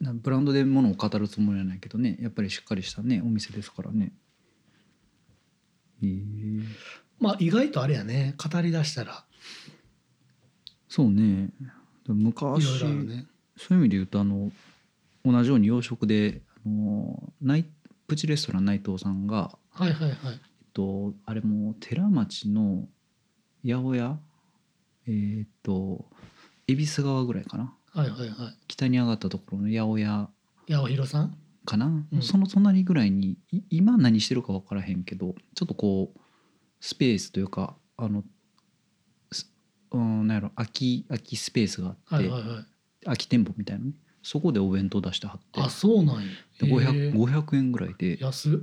Speaker 1: なブランドで物を語るつもりはないけどねやっぱりしっかりしたねお店ですからねへえ
Speaker 2: まあ意外とあれやね語り出したら
Speaker 1: そうねでも
Speaker 2: い
Speaker 1: 昔
Speaker 2: ろいろあるね
Speaker 1: そういう意味で言うとあの同じように洋食であの内プチレストラン内藤さんが、
Speaker 2: はいはいは
Speaker 1: え
Speaker 2: い
Speaker 1: っと、あれも寺町の八百屋えーっと恵比寿川ぐらいかな
Speaker 2: はいはいはい
Speaker 1: 北に上がったところの八百屋
Speaker 2: 八百広さん
Speaker 1: かな、
Speaker 2: うん
Speaker 1: その隣ぐらいにい今何してるか分からへんけどちょっとこうスペースというかあのすうんなんやろ空き空きスペースがあって、
Speaker 2: はいはいはい
Speaker 1: 空き店舗みたいなねそこでお弁当出してはって
Speaker 2: あそうなんや
Speaker 1: で 500,
Speaker 2: へー
Speaker 1: 500円ぐらいで
Speaker 2: 安っ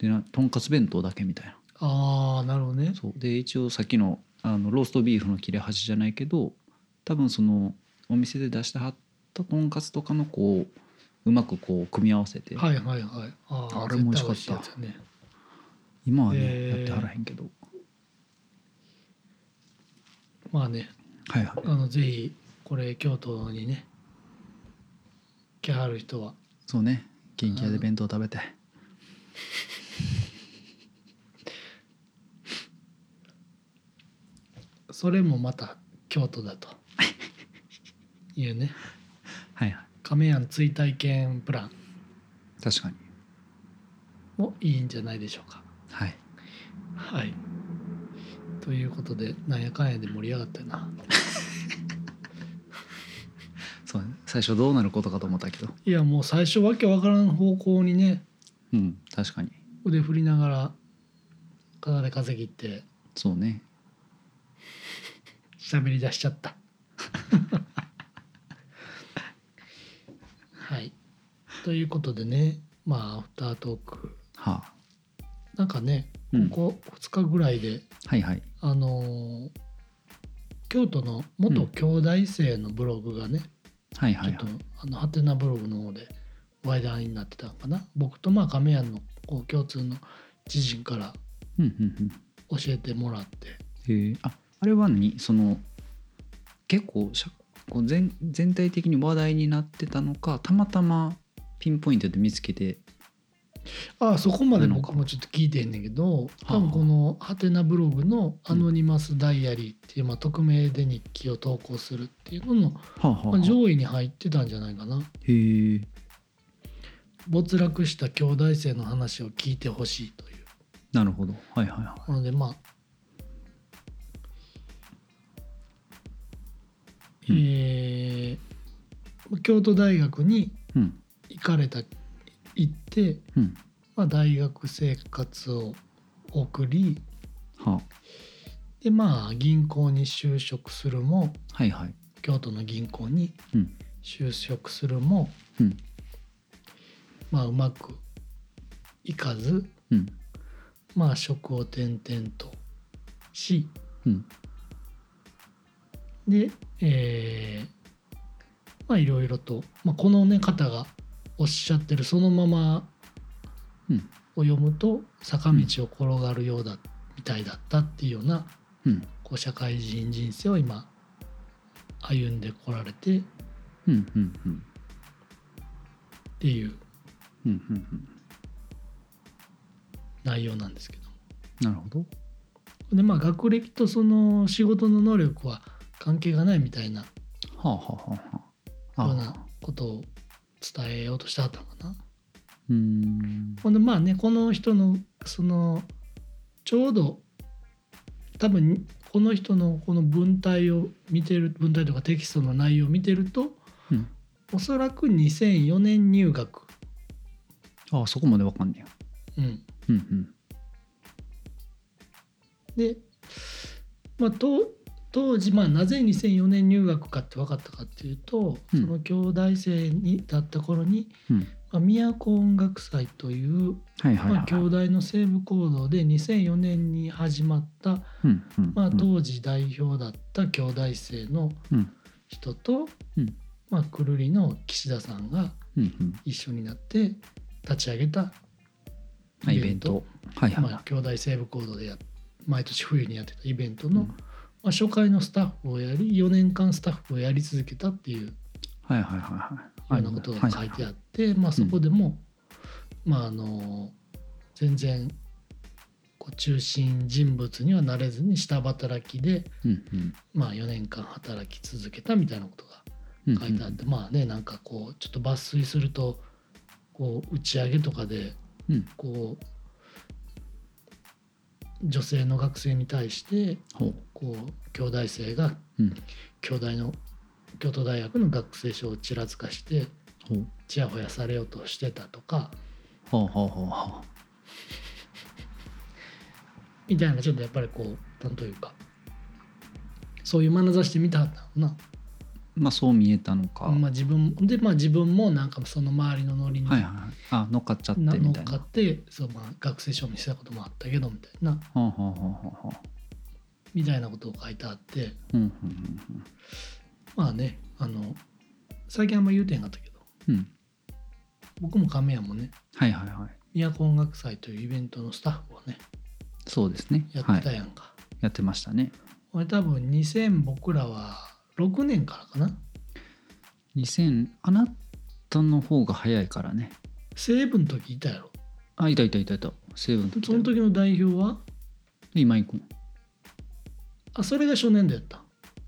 Speaker 1: でなとんかつ弁当だけみたいな
Speaker 2: ああなるほどね
Speaker 1: そうで一応さっきのあのローストビーフの切れ端じゃないけど多分そのお店で出してはったとんかつとかのこううまくこう組み合わせて、
Speaker 2: はいはいはいあー
Speaker 1: あれも美味しかった
Speaker 2: 絶対美味しいやつやね
Speaker 1: 今はね、
Speaker 2: へー
Speaker 1: やってはらへんけど
Speaker 2: まあね
Speaker 1: はいはい
Speaker 2: あのぜひこれ京都にね来はる人は
Speaker 1: そうね元気屋で弁当食べて
Speaker 2: それもまた京都 だというね
Speaker 1: はいは
Speaker 2: 亀やん追体験プラン
Speaker 1: い確かに
Speaker 2: もいいんじゃないでしょうか
Speaker 1: はい
Speaker 2: はいということでなんやかんやで盛り上がったよな
Speaker 1: そうだね最初どうなることかと思ったけど
Speaker 2: いやもう最初わけわからん方向にね
Speaker 1: うん確かに
Speaker 2: 腕振りながら体で稼ぎって
Speaker 1: そうね
Speaker 2: 喋り出しちゃった はいということでねまあアフタートーク
Speaker 1: はあ
Speaker 2: なんかね
Speaker 1: うん
Speaker 2: ここ2日ぐらいで
Speaker 1: はいはい
Speaker 2: あのー京都の元京大生のブログがね、
Speaker 1: はいはい
Speaker 2: ち
Speaker 1: は
Speaker 2: ょっ
Speaker 1: い
Speaker 2: とあのハテナブログの方で話題になってたのかな僕とまあ亀屋のこう共通の知人から
Speaker 1: うんうん
Speaker 2: 教えてもらって
Speaker 1: うんへえああれは何その結構しゃこう全全体的に話題になってたのかたまたまピンポイントで見つけて
Speaker 2: ああそこまで
Speaker 1: なの
Speaker 2: 僕
Speaker 1: か
Speaker 2: もちょっと聞いてへんねんけど
Speaker 1: はあ
Speaker 2: 多分このハテナブログの「アノニマスダイアリー」っていう、まあ、匿名で日記を投稿するっていうのの、
Speaker 1: はあはあ
Speaker 2: ま
Speaker 1: はあ
Speaker 2: あ、上位に入ってたんじゃないかな。
Speaker 1: へえ
Speaker 2: 没落した京大生の話を聞いてほしいという
Speaker 1: なるほどはいはいは
Speaker 2: なのでまあ、
Speaker 1: うん
Speaker 2: えー京都大学に
Speaker 1: いうん
Speaker 2: 行かれた行って、
Speaker 1: うん
Speaker 2: まあ、大学生活を送り
Speaker 1: はあ
Speaker 2: でまあ銀行に就職するも
Speaker 1: はいはい
Speaker 2: 京都の銀行に
Speaker 1: うん
Speaker 2: 就職するも、
Speaker 1: うん
Speaker 2: まあ、うまくいかず、
Speaker 1: うん
Speaker 2: まあ、職を転々とし
Speaker 1: うん
Speaker 2: で、えーまあいろいろと、まあ、この、ね、方がおっしゃってるそのまま
Speaker 1: うん
Speaker 2: を読むと坂道を転がるようだ、みたいだったっていうような
Speaker 1: うん
Speaker 2: こう社会人人生を今歩んでこられてっ
Speaker 1: うんうんうん
Speaker 2: ていう
Speaker 1: うんうんうん
Speaker 2: 内容なんですけど
Speaker 1: なるほど
Speaker 2: でまあ学歴とその仕事の能力は関係がないみたいな
Speaker 1: はあはあはあはあ
Speaker 2: よう
Speaker 1: あ
Speaker 2: なことを伝えようとしてはったのかな。
Speaker 1: うーん
Speaker 2: ほんでまあねこの人のそのちょうど多分この人のこの文体を見てる文体とかテキストの内容を見てると
Speaker 1: うん
Speaker 2: おそらく2004年入学、
Speaker 1: ああそこまでわかんねや
Speaker 2: うん、
Speaker 1: うんうん
Speaker 2: で、まあ、と当時、まあ、なぜ2004年入学かって分かったかっていうと、
Speaker 1: うん
Speaker 2: その京大生にだった頃に、
Speaker 1: うん
Speaker 2: まあ、都音楽祭という、
Speaker 1: はいはいはい、
Speaker 2: まあ、京大の西部講堂で2004年に始まった
Speaker 1: うんうん
Speaker 2: まあ、
Speaker 1: うん
Speaker 2: 当時代表だった京大生の
Speaker 1: うん
Speaker 2: 人と、
Speaker 1: うん
Speaker 2: まあ、くるりの岸田さんが
Speaker 1: うんうん
Speaker 2: 一緒になって立ち上げた、
Speaker 1: まあ
Speaker 2: イ
Speaker 1: イ
Speaker 2: ベ
Speaker 1: ベ
Speaker 2: ン
Speaker 1: ン
Speaker 2: ト
Speaker 1: トはいはい
Speaker 2: まあ
Speaker 1: は、
Speaker 2: 京大西部講堂でや毎年冬にやってたイベント
Speaker 1: い
Speaker 2: の、まあ、初回のスタッフをやり4年間スタッフをやり続けたっていうよ
Speaker 1: はいはいはいは
Speaker 2: う
Speaker 1: い
Speaker 2: なことが書いてあ
Speaker 1: る
Speaker 2: って、まあ、そこでも、まあ、あの全然こう中心人物にはなれずに下働きで、
Speaker 1: うんうん
Speaker 2: まあ、4年間働き続けたみたいなことが
Speaker 1: うん
Speaker 2: 書いてあって、まあねなんかこうちょっと抜粋するとこう打ち上げとかで
Speaker 1: うん
Speaker 2: こう女性の学生に対して
Speaker 1: ほう
Speaker 2: こう京大生が
Speaker 1: うん
Speaker 2: 京大の京都大学の学生証をちらつかして
Speaker 1: ほう
Speaker 2: ちやほやされようとしてたとか
Speaker 1: ほうほうほうほう
Speaker 2: みたいなちょっとやっぱりこうなんというかそういう眼差して見たはったのか
Speaker 1: まあそう見えたのか、
Speaker 2: な、まあ、自分でまあ自分もなんかその周りのノリに
Speaker 1: はいはいはいあ乗っかっちゃってみ
Speaker 2: な
Speaker 1: たいな
Speaker 2: 乗っかってそう、まあ、学生証明したこともあったけどみたいな
Speaker 1: ほうほうほうほうほう
Speaker 2: みたいなことを書いてあって
Speaker 1: うんうんうん
Speaker 2: まあねあの最近あんま言うてへんかったけど
Speaker 1: うんうん
Speaker 2: 僕も亀屋もね
Speaker 1: はいはいはい
Speaker 2: 都音楽祭というイベントのスタッフをね
Speaker 1: そうですね
Speaker 2: やって
Speaker 1: は
Speaker 2: た
Speaker 1: い、
Speaker 2: やんか、
Speaker 1: やってましたね
Speaker 2: これ多分2000僕らは6年からかな
Speaker 1: 2000あなたの方が早いからね
Speaker 2: 西部の時いたやろ
Speaker 1: あいたいたいたいたセブンの時だ
Speaker 2: その時の代表は
Speaker 1: 今井君
Speaker 2: あそれが初年度やった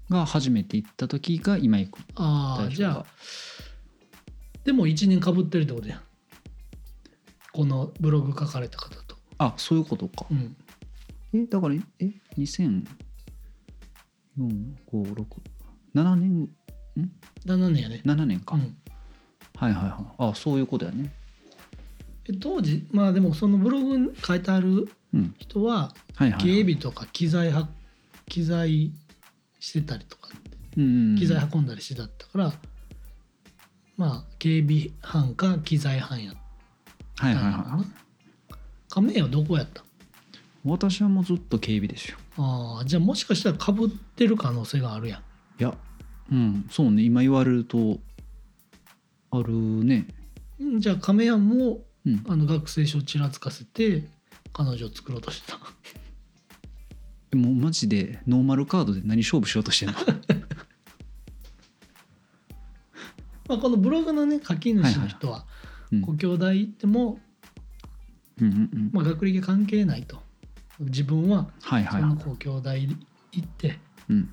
Speaker 1: が初めて行った時が今行く
Speaker 2: あ
Speaker 1: 大丈
Speaker 2: あ
Speaker 1: 夫か
Speaker 2: じゃあでも1年かぶってるってことやんこのブログ書かれた方と
Speaker 1: あそういうことか
Speaker 2: うん
Speaker 1: えだからえ200456 7年
Speaker 2: 7年やね
Speaker 1: 7年か、
Speaker 2: うん
Speaker 1: はいはいはいあそういうことやね
Speaker 2: え当時まあでもそのブログに書いてある
Speaker 1: うん
Speaker 2: 人は
Speaker 1: はいはい、はい、
Speaker 2: 警備とか機材は機材してたりとかって
Speaker 1: うんうん
Speaker 2: 機材運んだりしてたから、まあ警備班か機材班やっ
Speaker 1: は
Speaker 2: た
Speaker 1: い
Speaker 2: ん
Speaker 1: はい
Speaker 2: や
Speaker 1: は
Speaker 2: な亀はどこやった
Speaker 1: い私はもうずっと警備ですよ
Speaker 2: ああじゃあもしかしたらかぶってる可能性があるやん
Speaker 1: いやうんそうね今言われるとあるね
Speaker 2: うんじゃあ亀屋も
Speaker 1: うん
Speaker 2: あの学生証ちらつかせて彼女を作ろうとした
Speaker 1: でもうマジでノーマルカードで何勝負しようと してんの
Speaker 2: まあこのブログのね書き主の人は
Speaker 1: うん
Speaker 2: ご兄弟行っても、
Speaker 1: うんうんうん
Speaker 2: まあ、学歴関係ないと自分は
Speaker 1: はい
Speaker 2: そ
Speaker 1: はいは
Speaker 2: の
Speaker 1: い
Speaker 2: ご兄弟行って
Speaker 1: うん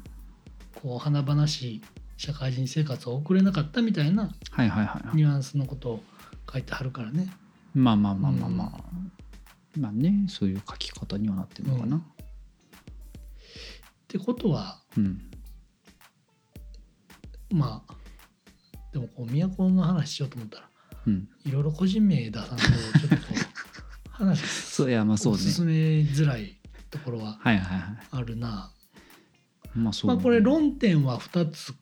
Speaker 2: こう華々しい社会人生活を送れなかったみたいな
Speaker 1: はいはいはい
Speaker 2: ニュアンスのことを書いてはるからね
Speaker 1: まあまあまあまあまあ、まあねそういう書き方にはなってるのかな
Speaker 2: ってことは
Speaker 1: うん、
Speaker 2: まあでもこう都の話しようと思ったら
Speaker 1: うん、
Speaker 2: いろいろ個人名出さんとちょっとこう 話が
Speaker 1: そういやまあそう
Speaker 2: お
Speaker 1: ね
Speaker 2: すすめづらいところは
Speaker 1: はいはいは
Speaker 2: あるな、
Speaker 1: いまあそう、
Speaker 2: まあこれ論点は2つ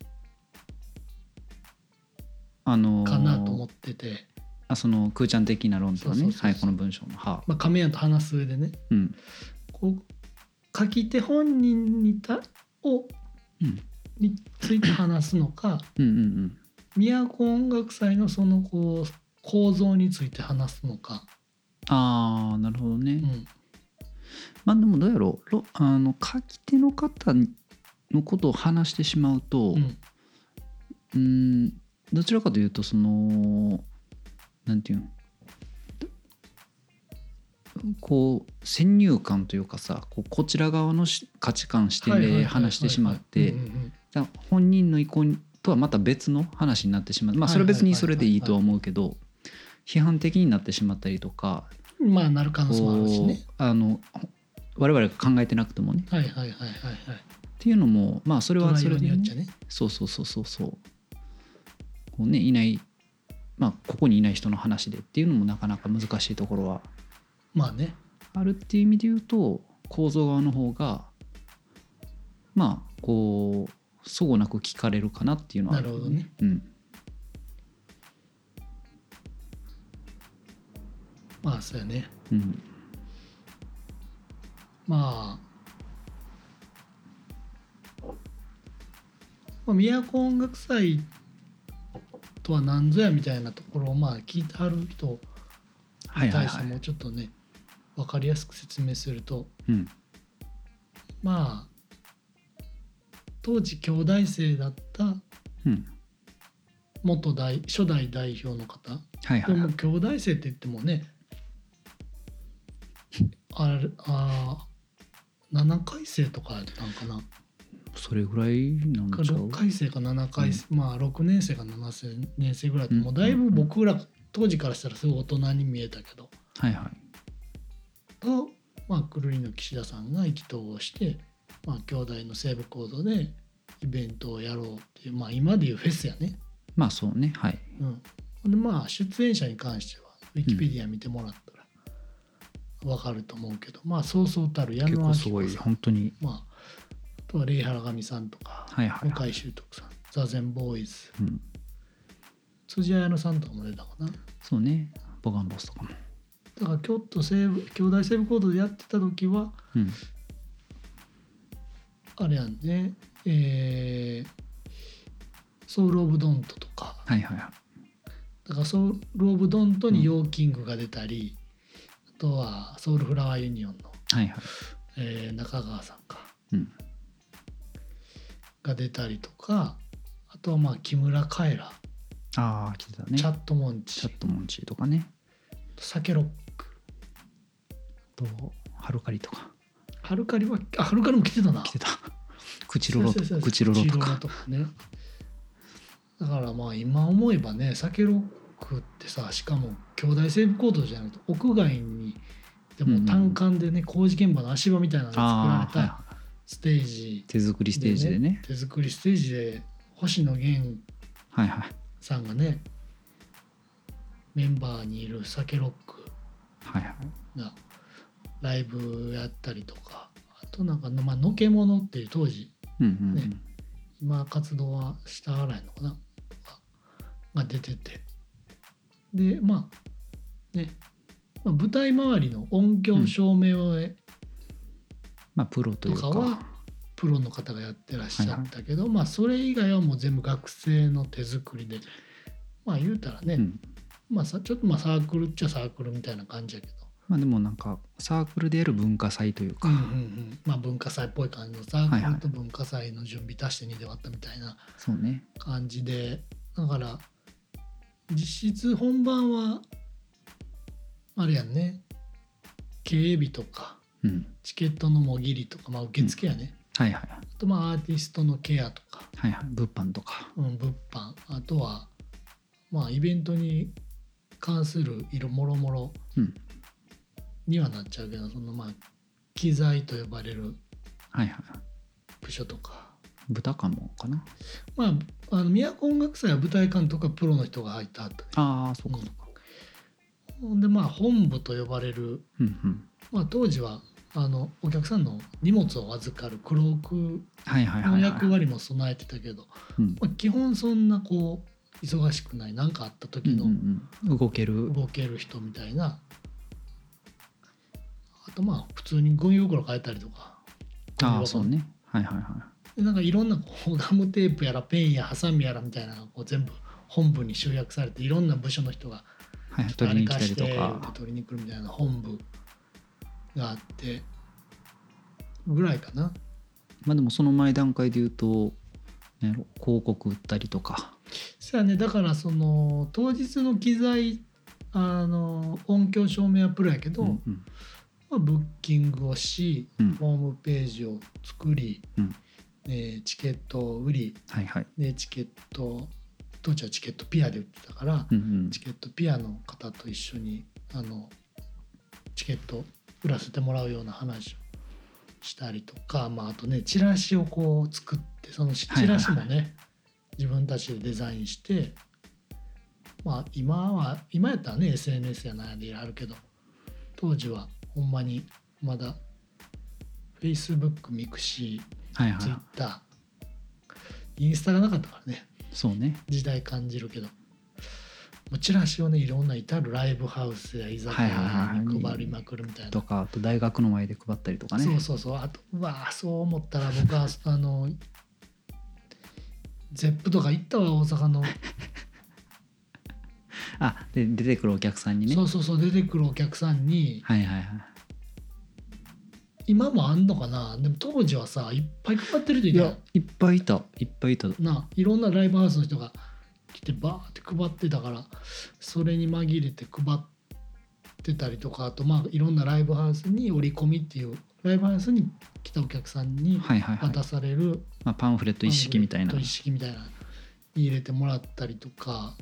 Speaker 1: あのー
Speaker 2: かなと思ってて、
Speaker 1: あその空ちゃん的な論点
Speaker 2: そう
Speaker 1: ね
Speaker 2: そうそうそう
Speaker 1: はいこの文章のは
Speaker 2: まあ、亀屋と話す上でね
Speaker 1: うん
Speaker 2: こう書き手本人にたを
Speaker 1: うん
Speaker 2: について話すの か
Speaker 1: うんうんうん
Speaker 2: 都音楽祭のそのこう構造について話すのか、
Speaker 1: ああなるほどね、
Speaker 2: うん、
Speaker 1: まあでもどうやろうろあの書き手の方のことを話してしまうと、
Speaker 2: うん
Speaker 1: うーんどちらかというとそのなんていうのこう先入観というかさこうこちら側のし価値観視点で話してしまっ
Speaker 2: はいは
Speaker 1: て
Speaker 2: いはいはいうんうんうん
Speaker 1: だから本人の意向とはまた別の話になってしまうまあ
Speaker 2: はい
Speaker 1: そ
Speaker 2: は
Speaker 1: れ
Speaker 2: い
Speaker 1: は
Speaker 2: はい
Speaker 1: 別にそれでいいとは思うけど批判的になってしまったりとか
Speaker 2: まあなる可能性もあるし
Speaker 1: こ
Speaker 2: ね
Speaker 1: うあの我々が考えてなくてもね
Speaker 2: はいはいはいはいはい
Speaker 1: っていうのもまあそれは
Speaker 2: 捉え
Speaker 1: そ
Speaker 2: よ
Speaker 1: れ
Speaker 2: う
Speaker 1: で
Speaker 2: に
Speaker 1: ね、
Speaker 2: よっちゃね
Speaker 1: そうそうそうそうそうこうねいないまあここにいない人の話でっていうのもなかなか難しいところは
Speaker 2: まあね
Speaker 1: あるっていう意味で言うと構造側の方がまあこうそごなく聞かれるかなっていうのはあ
Speaker 2: なるほどね、
Speaker 1: うん、
Speaker 2: まあそうやね
Speaker 1: うん、
Speaker 2: まあ、まあ、都音楽祭とは何ぞやみたいなところをまあ聞いてはる人
Speaker 1: はいは
Speaker 2: に
Speaker 1: い
Speaker 2: 対し
Speaker 1: は
Speaker 2: ても
Speaker 1: いう
Speaker 2: ちょっとね、分かりやすく説明すると
Speaker 1: うん
Speaker 2: まあ当時京大生だった
Speaker 1: うん
Speaker 2: 元大初代代表の方
Speaker 1: はいは
Speaker 2: で
Speaker 1: いは
Speaker 2: も
Speaker 1: い
Speaker 2: 京大生って言ってもねあれあー7回生とかやったんかな
Speaker 1: それぐらいなん
Speaker 2: か
Speaker 1: ちゃ
Speaker 2: 6
Speaker 1: う
Speaker 2: 回生か7回生、まあ6年生か7年生ぐらいでもうだい
Speaker 1: うんうん
Speaker 2: ぶ
Speaker 1: うん
Speaker 2: 僕ら当時からしたらすごい大人に見えたけど
Speaker 1: はいはい
Speaker 2: と、まあ、くるりの岸田さんが意気投合して、まあ、兄弟の西部講座でイベントをやろうっていう、まあ、今でいうフェスやね、
Speaker 1: まあそうねはい
Speaker 2: うん、でまあ出演者に関してはウィキペディア見てもらったら分かると思うけど、まあそうそうたる矢野
Speaker 1: 結
Speaker 2: 明
Speaker 1: 構
Speaker 2: 子
Speaker 1: す
Speaker 2: さん、
Speaker 1: ごい本当に
Speaker 2: まあ、あとはレイ・ハラガミさんとか、
Speaker 1: はいはいは
Speaker 2: 向
Speaker 1: い、
Speaker 2: 井秀徳さん座禅ボーイズ
Speaker 1: うん、
Speaker 2: 辻彩乃さんとかも出たかなだ
Speaker 1: そうねボガンボスとかも
Speaker 2: から京都西部京大西部高度でやってた時は
Speaker 1: うん
Speaker 2: あれやんねえーソウル・オブ・ドントとか
Speaker 1: はいはいは
Speaker 2: だからソウル・オブ・ドントにヨーキングが出たり、あとはソウル・フラワー・ユニオンの、
Speaker 1: いはいはい
Speaker 2: えー中川さんか
Speaker 1: うん
Speaker 2: が出たりとかあとはまあ木村カエラ、
Speaker 1: ああ来てたね
Speaker 2: チャット・モン
Speaker 1: チャ
Speaker 2: チ
Speaker 1: ットモンチーとかね
Speaker 2: サケロック
Speaker 1: あとハルカリとか
Speaker 2: ハルカリはあハルカリも来てた な
Speaker 1: 来てた 口ロロと
Speaker 2: そ
Speaker 1: か
Speaker 2: うそうそう
Speaker 1: 口ロロと
Speaker 2: 口ロロ
Speaker 1: か
Speaker 2: とかねだからまあ今思えばね酒ロックってさしかも兄弟セーブコートじゃなくて屋外にで
Speaker 1: うんう
Speaker 2: も
Speaker 1: ん
Speaker 2: 単管でね工事現場の足場みたいなので作ら
Speaker 1: あ
Speaker 2: れ
Speaker 1: あ、はい
Speaker 2: た
Speaker 1: はい、
Speaker 2: ステージ
Speaker 1: 手作りステージでね
Speaker 2: 手作りステージで星野源
Speaker 1: はいはい
Speaker 2: さんがねメンバーにいる酒ロック
Speaker 1: はいはい
Speaker 2: がライブやったりとかあとなんかの、まあのけものっていう当時
Speaker 1: うんうんうん、
Speaker 2: ね今活動はしたらないのかなとかが出ててでまあね、まあ、舞台周りの音響照明をね
Speaker 1: まあプロというか
Speaker 2: とかはプロの方がやってらっしゃったけど、まあそれ以外はもう全部学生の手作りでまあ言うたらね、
Speaker 1: うん、
Speaker 2: まあさちょっとまあサークルっちゃサークルみたいな感じやけど、
Speaker 1: まあでもなんかサークルでやる文化祭というか、
Speaker 2: うんうんうんまあ文化祭っぽい感じのサー
Speaker 1: はい
Speaker 2: ク
Speaker 1: は
Speaker 2: ル
Speaker 1: い
Speaker 2: と文化祭の準備足して2で割ったみたいな
Speaker 1: そうね
Speaker 2: 感じでだから実質本番はあれやんね警備とか
Speaker 1: うん
Speaker 2: チケットのもぎりとか、まあ、受付やね、
Speaker 1: はいはいはい
Speaker 2: あとまあアーティストのケアとか、
Speaker 1: はいはい物販とか
Speaker 2: うん、物販あとはまあイベントに関する色もろもろ
Speaker 1: うん
Speaker 2: にはなっちゃうけどそのまあ機材と呼ばれる
Speaker 1: はいはい
Speaker 2: 部署とか
Speaker 1: 豚かもかな
Speaker 2: まああの都音楽祭は舞台監督はプロの人が入った後
Speaker 1: ああそうかそうか
Speaker 2: ほんでまあ本部と呼ばれる、
Speaker 1: うんうん
Speaker 2: まあ、当時はあのお客さんの荷物を預かるクローク
Speaker 1: はいはいは
Speaker 2: の
Speaker 1: いはい
Speaker 2: 役割も備えてたけど、
Speaker 1: うん
Speaker 2: まあ、基本そんなこう忙しくない何かあった
Speaker 1: う
Speaker 2: 時
Speaker 1: んう
Speaker 2: の
Speaker 1: んうん動ける
Speaker 2: 動ける人みたいなあとまあ普通にゴミ袋変えたりとか
Speaker 1: ああそうねはいはいはい
Speaker 2: でなんかいろんなこうガムテープやらペンやハサミやらみたいなのがこう全部本部に集約されていろんな部署の人が
Speaker 1: はいはい取り
Speaker 2: 誰
Speaker 1: に来た
Speaker 2: か
Speaker 1: り
Speaker 2: して
Speaker 1: と
Speaker 2: 言うて
Speaker 1: か
Speaker 2: 取りに来るみたいな本部があってぐらいかな
Speaker 1: まあでもその前段階で言うとなんやろ広告売ったりとか
Speaker 2: そやねだからその当日の機材あの音響照明はプロやけど、
Speaker 1: うんうん
Speaker 2: まあ、ブッキングをし、
Speaker 1: うん
Speaker 2: ホームページを作り、
Speaker 1: うん
Speaker 2: えーチケットを売り
Speaker 1: はいはい
Speaker 2: でチケット当時はチケットピアで売ってたから、
Speaker 1: うんうん
Speaker 2: チケットピアの方と一緒にあのチケット売らせてもらうような話をしたりとか、まあ、あとねチラシをこう作ってそのし
Speaker 1: はい
Speaker 2: チ
Speaker 1: はいは
Speaker 2: ラ
Speaker 1: い
Speaker 2: シもね自分たちでデザインして、まあ、今は今やったらね SNS やなんやであるけど当時はほんまにまだ Facebook ミクシ
Speaker 1: はい
Speaker 2: ー
Speaker 1: はい
Speaker 2: Twitter インスタがなかったからね
Speaker 1: そうね
Speaker 2: 時代感じるけどもうチラシをねいろんな至るライブハウスや居酒屋に配りまくるみたいな、
Speaker 1: とかあと大学の前で配ったりとかね
Speaker 2: そうそうそうあとうわーそう思ったら僕はあのゼップとか行ったわ大阪の、
Speaker 1: あで出てくるお客さんにね
Speaker 2: そうそうそう出てくるお客さんに
Speaker 1: はいはいはい
Speaker 2: 今もあんのかなでも当時はさいっぱい配ってる人い
Speaker 1: い
Speaker 2: た
Speaker 1: やいっぱいいたいっぱいいた
Speaker 2: ないろんなライブハウスの人が来てバーって配ってたからそれに紛れて配ってたりとかあとまあいろんなライブハウスに折り込みっていうライブハウスに来たお客さんに
Speaker 1: はいはいはい
Speaker 2: 渡、される
Speaker 1: まあ、パンフレット一式みたいな
Speaker 2: と一式みたいなに入れてもらったりとかっ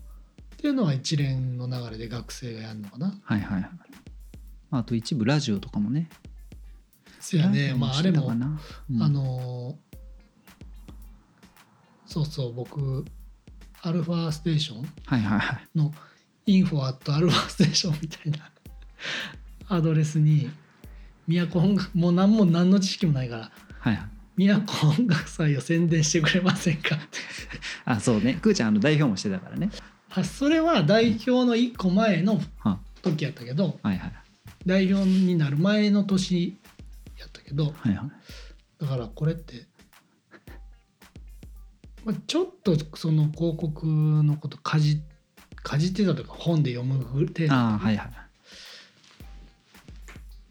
Speaker 2: ていうのは一連の流れで学生がやるのかな。
Speaker 1: はいはいはいまああと一部ラジオとかもね
Speaker 2: せやねまああれも
Speaker 1: あの
Speaker 2: あのーそうそう僕アルファステーション
Speaker 1: はいはいはい
Speaker 2: のインフォアットアルファステーションみたいなアドレスに都音楽もう何も何の知識もないから
Speaker 1: はいはい
Speaker 2: 「都音楽祭を宣伝してくれませんか?」って
Speaker 1: あそうねくーちゃんあの代表もしてたからね
Speaker 2: あそれは代表の1個前の
Speaker 1: は
Speaker 2: 時やったけど
Speaker 1: はいはい
Speaker 2: 代表になる前の年やったけど
Speaker 1: はいはい
Speaker 2: だからこれって、まあ、ちょっとその広告のことかじかじってたというか本で読む程度
Speaker 1: ああはいはい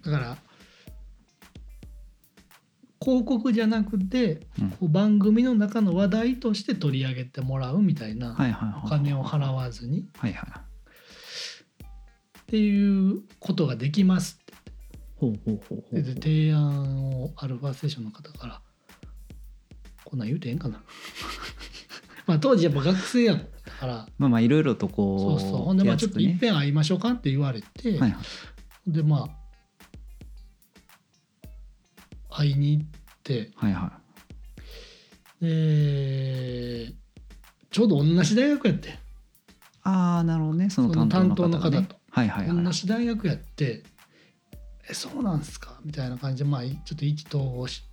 Speaker 2: だから広告じゃなくて、
Speaker 1: うん
Speaker 2: こう番組の中の話題として取り上げてもらうみたいな、
Speaker 1: はいはいはい
Speaker 2: お金を払わずに
Speaker 1: はいはい
Speaker 2: っていうことができますっ
Speaker 1: ほうほうほうほ
Speaker 2: て
Speaker 1: う
Speaker 2: で提案をアルファステーションの方からこんなん言うてええんかな まあ当時やっぱ学生やったから
Speaker 1: まあまあいろいろとこう
Speaker 2: そうそうほんでまあちょっといっ
Speaker 1: や
Speaker 2: ぺん会いましょうかって言われて、
Speaker 1: つとねはいはい
Speaker 2: でまあ会いに行って
Speaker 1: はいは
Speaker 2: でちょうど同じ大学やって
Speaker 1: いああなるほどねその
Speaker 2: その
Speaker 1: 担当の方,、ね、
Speaker 2: 担当の方と
Speaker 1: はいはいはい
Speaker 2: 同じ大学やって「えそうなんすか?」みたいな感じでまあちょっと意気投合し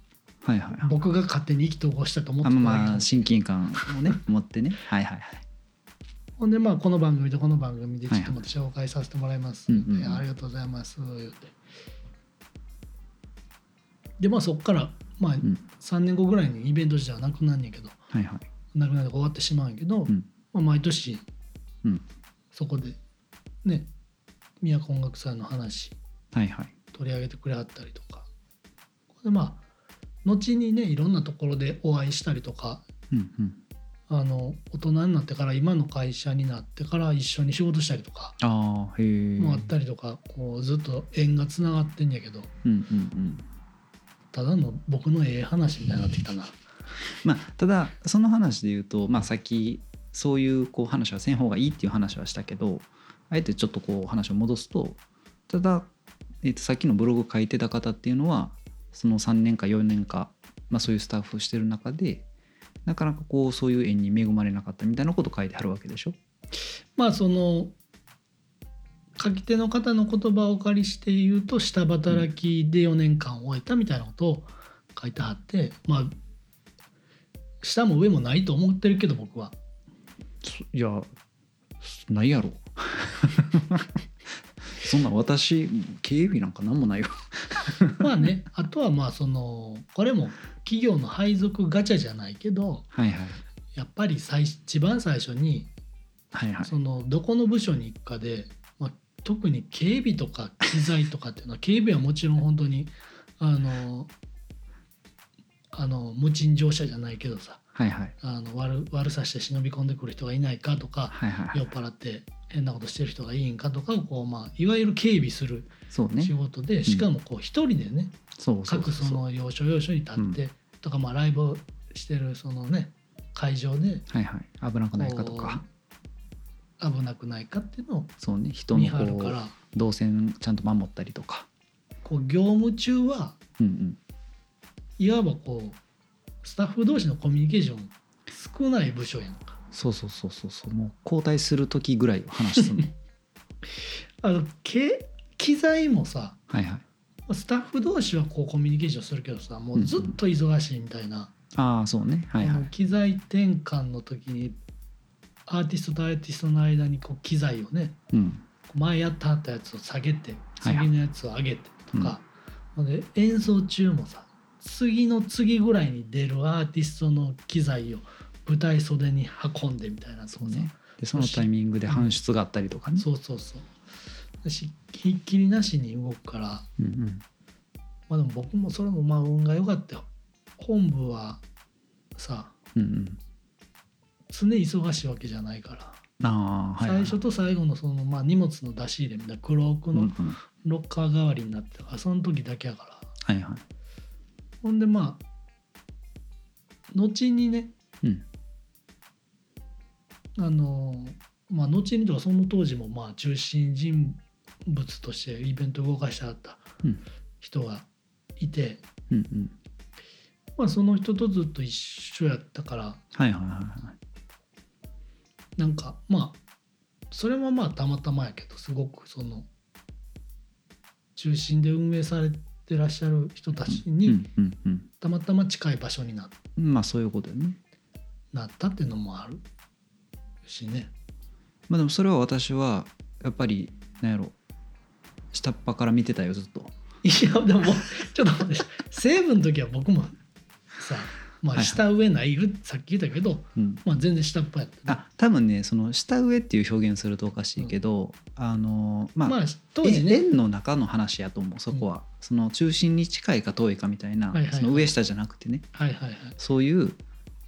Speaker 1: はいはいはい
Speaker 2: 僕が勝手に意気投合したと思っ
Speaker 1: あ
Speaker 2: てただけなん
Speaker 1: ま
Speaker 2: で
Speaker 1: あ
Speaker 2: す
Speaker 1: 親近感をね持ってねはいはいはい
Speaker 2: ほんでまあこの番組とこの番組でちょっとまた紹介させてもらいます、
Speaker 1: はいはいうんうんうん
Speaker 2: でありがとうございます言ってでまあそっからまあ
Speaker 1: ん
Speaker 2: 3年後ぐらいにイベント自体はなくなんねんけど
Speaker 1: はいはい
Speaker 2: なくなって終わってしまうんやけど、
Speaker 1: うん
Speaker 2: まあ、毎年
Speaker 1: うん
Speaker 2: そこでね宮古音楽祭の話
Speaker 1: はいはい
Speaker 2: 取り上げてくれはったりとかでまあ後にねいろんなところでお会いしたりとか
Speaker 1: うんうん
Speaker 2: あの大人になってから今の会社になってから一緒に仕事したりとか
Speaker 1: ああへえ
Speaker 2: もあったりとかこうずっと縁がつながってんやけど
Speaker 1: うんうんうん
Speaker 2: ただの僕のええ話みたいになってきたな。
Speaker 1: まあただその話で言うとまあ先そういうこう話はせん方がいいっていう話はしたけどあえてちょっとこう話を戻すとただ、えっとさっきのブログ書いてた方っていうのはその3年か4年か、まあ、そういうスタッフをしてる中でなかなかこうそういう縁に恵まれなかったみたいなこと書いてあるわけでしょ
Speaker 2: まあその書き手の方の言葉をお借りして言うと下働きで4年間終えたみたいなことを書いてあってまあ下も上もないと思ってるけど僕は。
Speaker 1: そいやないやろ そんなん私警備なんか何もないよ
Speaker 2: まあねあとはまあそのこれも企業の配属ガチャじゃないけど
Speaker 1: はいはい
Speaker 2: やっぱり最一番最初に
Speaker 1: はいはい
Speaker 2: そのどこの部署に行くかで、まあ、特に警備とか機材とかっていうのは 警備はもちろん本当にあのあの無賃乗車じゃないけどさ
Speaker 1: はいはい
Speaker 2: あの悪悪さして忍び込んでくる人がいないかとか
Speaker 1: はいはい
Speaker 2: 酔っ払って変なことしてる人がいいんかとかをこう、まあ、いわゆる警備する
Speaker 1: そうね
Speaker 2: 仕事で、しかもこう一人でね
Speaker 1: そうそう
Speaker 2: 各
Speaker 1: そう
Speaker 2: その要所要所に立って、とかまあライブをしてるそのね会場で
Speaker 1: はいはい危なくないかとか
Speaker 2: 危なくないかっていうの
Speaker 1: そうね人
Speaker 2: を
Speaker 1: の
Speaker 2: 見
Speaker 1: こ
Speaker 2: 張るか
Speaker 1: う
Speaker 2: ら
Speaker 1: 動線ちゃんと守ったりとか
Speaker 2: こう業務中は
Speaker 1: うん
Speaker 2: いわばこうスタッフ同士のコミュニケーション少ない部署やんか
Speaker 1: うんそうそうそうそうそうもう交代する時ぐらいは話 すの
Speaker 2: あのけ機材もさ
Speaker 1: はいはい
Speaker 2: スタッフ同士はこうコミュニケーションするけどさもうずっと忙しいみたいな、
Speaker 1: ああそうねはいは
Speaker 2: あの
Speaker 1: い
Speaker 2: 機材転換の時にアーティストとアーティストの間にこう機材をね
Speaker 1: うん
Speaker 2: 前やったあったやつを下げて
Speaker 1: はいはい
Speaker 2: 次のやつを上げてとか、ほんで演奏中もさ次の次ぐらいに出るアーティストの機材を舞台袖に運んでみたいなと
Speaker 1: そ
Speaker 2: か
Speaker 1: う
Speaker 2: さ
Speaker 1: ねでそのタイミングで搬出があったりとかね
Speaker 2: そうそうそうだしひっきりなしに動くから、
Speaker 1: うんうん
Speaker 2: まあ、でも僕もそれもまあ運が良かったよ本部はさ
Speaker 1: うん
Speaker 2: 常忙しいわけじゃないから、
Speaker 1: うんああはいはい
Speaker 2: 最初と最後のその、まあ、荷物の出し入れみたいなクローク
Speaker 1: うんう
Speaker 2: の
Speaker 1: ん
Speaker 2: ロッカー代わりになってたからその時だけやから。
Speaker 1: はいはい
Speaker 2: ほんでまあ後にね
Speaker 1: うん
Speaker 2: あのーまあ後にとかその当時もまあ中心人物としてイベントを動かしてあった
Speaker 1: うん
Speaker 2: 人がいて、
Speaker 1: うんうん
Speaker 2: まあその人とずっと一緒やったから
Speaker 1: はいはいはいはい
Speaker 2: なんかまあそれはまあたまたまやけどすごくその中心で運営されてらっしゃる人たち
Speaker 1: う
Speaker 2: に
Speaker 1: んうんうん
Speaker 2: たまたま近い場所にな
Speaker 1: まあそういうことよね
Speaker 2: なったっていうのもあるしね。
Speaker 1: まあでもそれは私はやっぱりなんやろ下っ端から見てたよずっと
Speaker 2: いやでももうちょっと待って西武の時は僕もさま
Speaker 1: はいは
Speaker 2: あ
Speaker 1: い
Speaker 2: 下上ないるさっき言ったけど、
Speaker 1: うん
Speaker 2: まあ、全然下っ端やった、
Speaker 1: あ多分ねその下上っていう表現するとおかしいけど、あのまあ、
Speaker 2: まあ当時
Speaker 1: え
Speaker 2: ね
Speaker 1: 円の中の話やと思うそこは、その中心に近いか遠いかみたいな、
Speaker 2: はいはいはい
Speaker 1: その上下じゃなくてね
Speaker 2: はいはいはい
Speaker 1: そういう、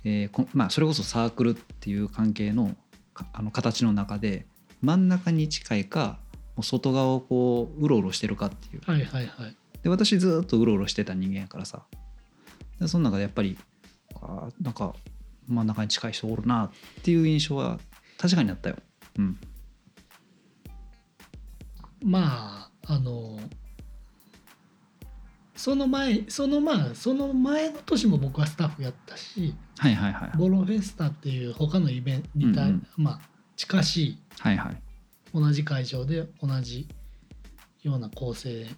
Speaker 1: えーこまあ、それこそサークルっていう関係のかあの形の中で真ん中に近いかもう外側をこううろうろしてるかっていう
Speaker 2: はいはいはい
Speaker 1: で私ずっとうろうろしてた人間やからさでその中でやっぱりあーなんか真ん中に近い人おるなっていう印象は確かにあったよ。うん。
Speaker 2: まああのその前そのまあその前の年も僕はスタッフやったし
Speaker 1: はいはいはい。
Speaker 2: ボロフェスタっていう他のイベント似た、
Speaker 1: うんうん
Speaker 2: まあ近しい
Speaker 1: はいはい。
Speaker 2: 同じ会場で同じような構成で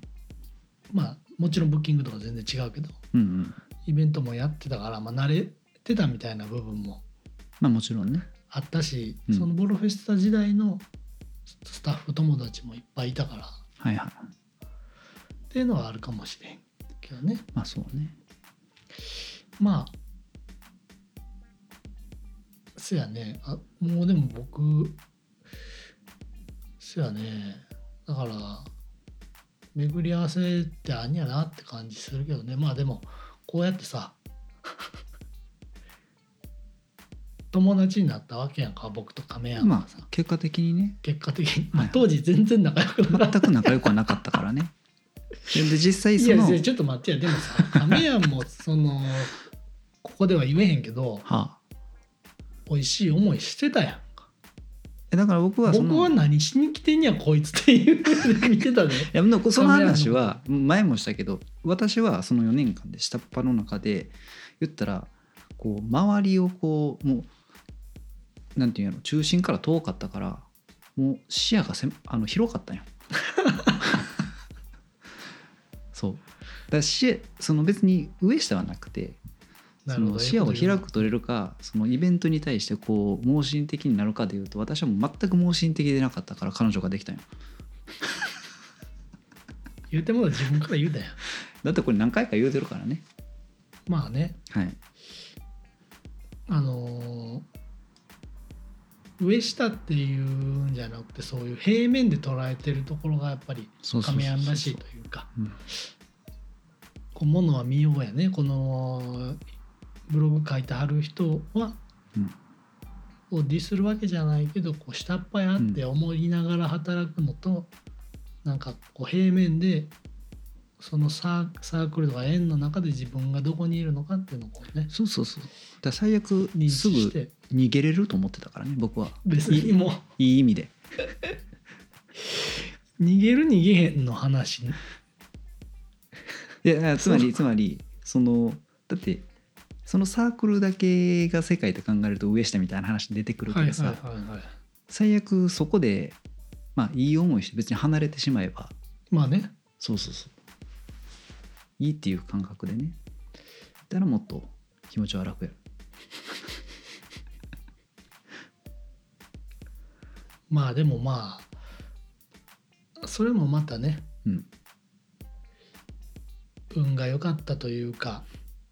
Speaker 2: まあもちろんブッキングとか全然違うけど
Speaker 1: うんうん。
Speaker 2: イベントもやってたから、まあ、慣れてたみたいな部分も
Speaker 1: まあもちろんね。
Speaker 2: あったし、
Speaker 1: うん
Speaker 2: そのボロフェスタ時代のスタッフ友達もいっぱいいたからっ
Speaker 1: はいはい。
Speaker 2: ていうのはあるかもしれんけどね
Speaker 1: まあそうね。
Speaker 2: まあそやねあもうでも僕そやねだから巡り合わせってあんやなって感じするけどねまあでもこうやってさ 友達になったわけやんか僕と亀山
Speaker 1: ま
Speaker 2: がさ、
Speaker 1: あ結果的にね
Speaker 2: 結果的に、まあ
Speaker 1: はい
Speaker 2: 当時全然仲良くなか
Speaker 1: 全
Speaker 2: った
Speaker 1: く仲良くはなかったから ね。で実際
Speaker 2: い
Speaker 1: そ
Speaker 2: や
Speaker 1: の
Speaker 2: いやちょっと待ってやでもさ亀山もそのここでは言えへんけど
Speaker 1: はあ、
Speaker 2: 美味しい思いしてたやんか
Speaker 1: えだから僕はその
Speaker 2: 僕はい何しに来てんやこいつっていう風に見てたね
Speaker 1: やでもその話は前もしたけど私はその4年間で下っ端の中で言ったらこう周りをこうもうなんていうんやろ中心から遠かったからもう視野がせあの広かったん よ。そうだしその別に上下はなくてその視野を開くとれるかそのイベントに対してこう盲信的になるかでいうと私はもう全く盲信的でなかったから彼女ができたんよ
Speaker 2: 言うてもらう自分から言うたやん
Speaker 1: だってこれ何回か言うてるからね
Speaker 2: まあね
Speaker 1: はい
Speaker 2: あのー上下っていうんじゃなくてそういう平面で捉えてるところがやっぱり
Speaker 1: そうそうそうそう
Speaker 2: 亀山らしいというか
Speaker 1: うん
Speaker 2: こうものは見ようやねこのブログ書いてはる人は、
Speaker 1: うん
Speaker 2: をディスるわけじゃないけどこう下っ端やって思いながら働くのと、なんかこう平面でそのサーサークルとか円の中で自分がどこにいるのかっていうのをこうね
Speaker 1: そうそうそうだから最悪
Speaker 2: 認
Speaker 1: す
Speaker 2: 識し
Speaker 1: ぐ
Speaker 2: て
Speaker 1: 逃げれると思ってたからね僕は
Speaker 2: 別にも
Speaker 1: いい意味で
Speaker 2: う逃げる逃げへんの話
Speaker 1: いやつまりつまりそのだってそのサークルだけが世界と考えると上下みたいな話出てくるからさ、
Speaker 2: はい
Speaker 1: 最悪そこでまあいい思いして別に離れてしまえば
Speaker 2: まあね
Speaker 1: そうそうそういいっていう感覚でねだからもっと気持ちは楽やる
Speaker 2: まあでもまあそれもまたね
Speaker 1: うん
Speaker 2: 運が良かったというか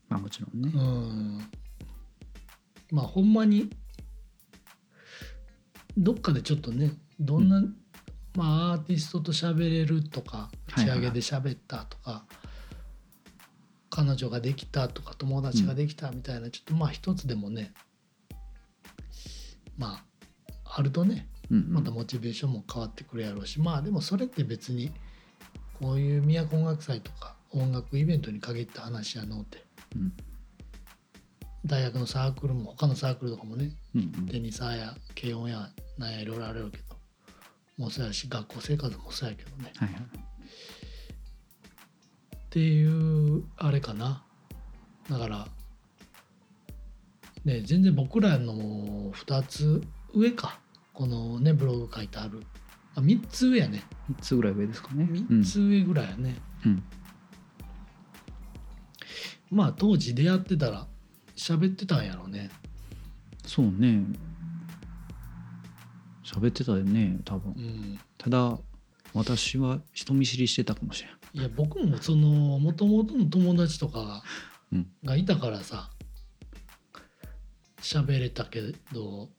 Speaker 1: まあもちろんね、
Speaker 2: うんまあほんまにどっかでちょっとねどんな、まあアーティストと喋れるとか
Speaker 1: は
Speaker 2: 打
Speaker 1: い
Speaker 2: ち
Speaker 1: はい
Speaker 2: 上げで喋ったとか、彼女ができたとか友達ができたみたいな、ちょっとまあ一つでもねまああるとね
Speaker 1: うんうん
Speaker 2: またモチベーションも変わってくるやろうし、まあでもそれって別にこういう都音楽祭とか音楽イベントに限った話やのうて
Speaker 1: うん
Speaker 2: 大学のサークルも他のサークルとかもね
Speaker 1: うんうん
Speaker 2: テニサーや軽音やなんやいろいろあるやろうけどもうそうやし学校生活もそうやけどね
Speaker 1: はいはい
Speaker 2: っていうあれかなだからね全然僕らの2つ上かこのねブログ書いてあるあ3つ上やね
Speaker 1: 3つぐらい上ですかね
Speaker 2: 3つ上ぐらいやね、
Speaker 1: うん
Speaker 2: まあ当時出会ってたら喋ってたんやろうね
Speaker 1: そうね喋ってたよね多分
Speaker 2: うん
Speaker 1: ただ私は人見知りしてたかもしれん
Speaker 2: いや僕もそのもともとの友達とか
Speaker 1: うん
Speaker 2: がいたからさ喋れたけど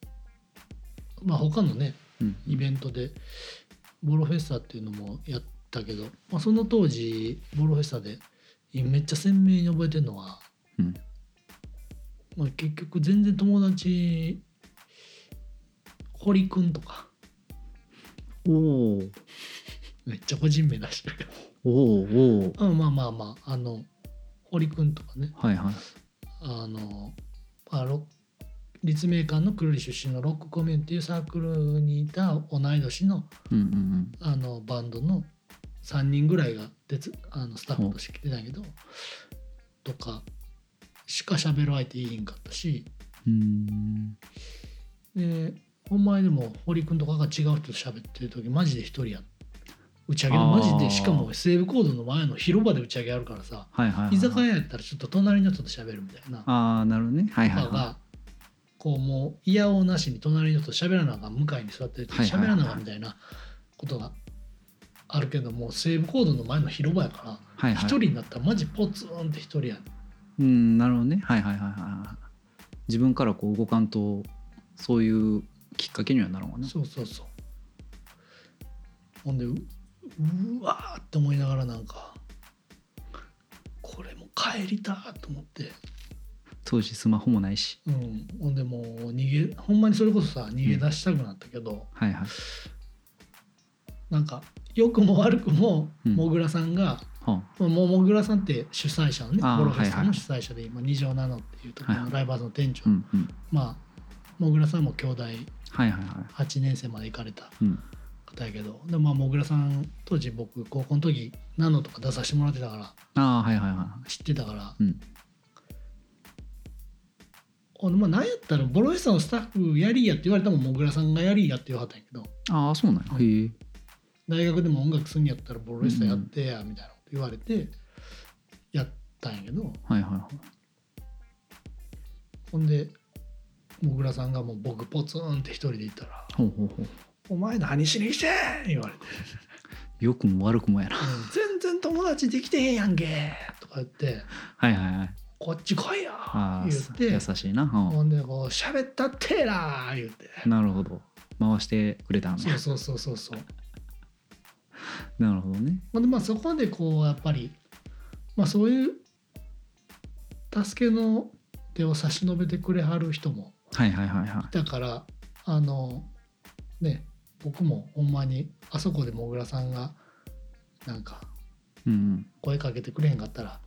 Speaker 2: まあ他のね
Speaker 1: うん
Speaker 2: イベントでボロフェスタっていうのもやったけど、まあ、その当時ボロフェスタでめっちゃ鮮明に覚えてるのは、
Speaker 1: うん
Speaker 2: まあ、結局全然友達堀くんとか
Speaker 1: おー
Speaker 2: めっちゃ個人名出してる けど
Speaker 1: おーおー
Speaker 2: うんまあまあまああの堀くんとかね
Speaker 1: はいはい
Speaker 2: あのあロ立命館の久留里出身のロックコミュニティサークルにいた同い年の
Speaker 1: うんうん
Speaker 2: あのバンドの3人ぐらいが手つあのスタッフとして来てたんやけど、とかしか喋る相手いいんかったし
Speaker 1: うんうん
Speaker 2: でほんまにでも堀君とかが違う人と喋ってる時マジで一人やん打ち上げの
Speaker 1: あ
Speaker 2: マ
Speaker 1: ー
Speaker 2: ジでしかも西武コードの前の広場で打ち上げあるからさ
Speaker 1: はいはいはい、
Speaker 2: 居酒屋やったらちょっと隣の人と喋るみたいな
Speaker 1: ああなるほどねはいはい
Speaker 2: とか
Speaker 1: は
Speaker 2: がこうもう嫌おうなしに隣の人と喋らなあかん向かいに座ってると
Speaker 1: はいはいはい
Speaker 2: 喋らなあかんみたいなことがあるけども西武コードの前の広場やから
Speaker 1: いはいはい
Speaker 2: 一人になったらマジポツンって一人やん
Speaker 1: うんなるほどねはいはいはいはい自分からこう動かんとそういうきっかけにはなるのかな
Speaker 2: そうそうそうほんでううわーって思いながらなんかこれもう帰りたーと思って、
Speaker 1: 当時スマホもないし
Speaker 2: うん、ほんでもう逃げほんまにそれこそさ逃げ出したくなったけど、
Speaker 1: はいはい
Speaker 2: なんか良くも悪くも
Speaker 1: うん
Speaker 2: もぐらさんが、
Speaker 1: は
Speaker 2: まあもうもぐらさんって主催者のね
Speaker 1: あー
Speaker 2: ボロフェスタ
Speaker 1: はいは
Speaker 2: の
Speaker 1: い
Speaker 2: 主催者で今二条なのっていうところ
Speaker 1: はいは
Speaker 2: の
Speaker 1: い
Speaker 2: ライバーズの店長、
Speaker 1: あうんうん
Speaker 2: まあもぐらさんも兄弟
Speaker 1: はいはいはい
Speaker 2: 8年生まで行かれた
Speaker 1: うん
Speaker 2: 方やけどでまあもぐらさん当時僕高校の時ナノとか出させてもらってたから
Speaker 1: ああはいはいは
Speaker 2: 知ってたから
Speaker 1: いうん
Speaker 2: ほんでまあなんやったらボロエさんのスタッフやりやって言われたもんもぐらさんがやりやって言わはったんやけど
Speaker 1: ああそうなんやへえ
Speaker 2: 大学でも音楽すんやったらボロエさんやってやみたいなこと言われてやったんやけど
Speaker 1: はいはいはい
Speaker 2: ほんでもぐらさんがもう僕ポツンって一人で行ったら
Speaker 1: ほうほうほう
Speaker 2: 「お前何しに来てん!」言われて
Speaker 1: 良くも悪くもやな
Speaker 2: 「全然友達できてへんやんけ!」とか言って
Speaker 1: はいはいはい
Speaker 2: 「こっち来いよ!」
Speaker 1: ああ
Speaker 2: 言って
Speaker 1: 優しいな、う
Speaker 2: ほんでこう喋ったってえなー言うて
Speaker 1: ん、なるほど回してくれたのね
Speaker 2: そうそうそうそうそう
Speaker 1: なるほどね
Speaker 2: ほんでまあそこでこうやっぱりまあそういう助けの手を差し伸べてくれはる人も
Speaker 1: はいはいはいはい
Speaker 2: いたからあのね僕もほんまにあそこでもぐらさんがなんか
Speaker 1: うんうん
Speaker 2: 声かけてくれへんかったら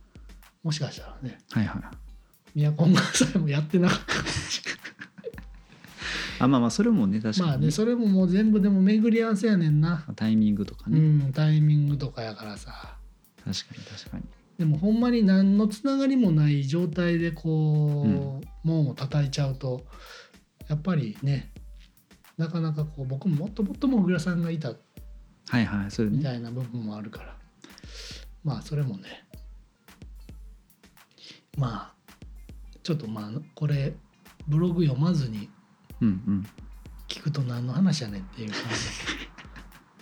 Speaker 2: もしかしたらね
Speaker 1: はいはい
Speaker 2: 宮古音楽祭もやってなかった
Speaker 1: あまあまあそれもね確かに、
Speaker 2: まあねそれももう全部でも巡り合わせやねんな、
Speaker 1: タイミングとか
Speaker 2: う
Speaker 1: ね、
Speaker 2: んタイミングとかやからさ
Speaker 1: 確かに確かに
Speaker 2: でもほんまに何のつながりもない状態でこう、
Speaker 1: うん
Speaker 2: 門を叩いちゃうとやっぱりねなかなかこう僕ももっともっともぐらさんがいた
Speaker 1: はいはいそれ
Speaker 2: み
Speaker 1: ね
Speaker 2: たいな部分もあるから、まあそれもねまあちょっとまあこれブログ読まずに
Speaker 1: うんうん
Speaker 2: 聞くと何の話やねんっていう感じだけど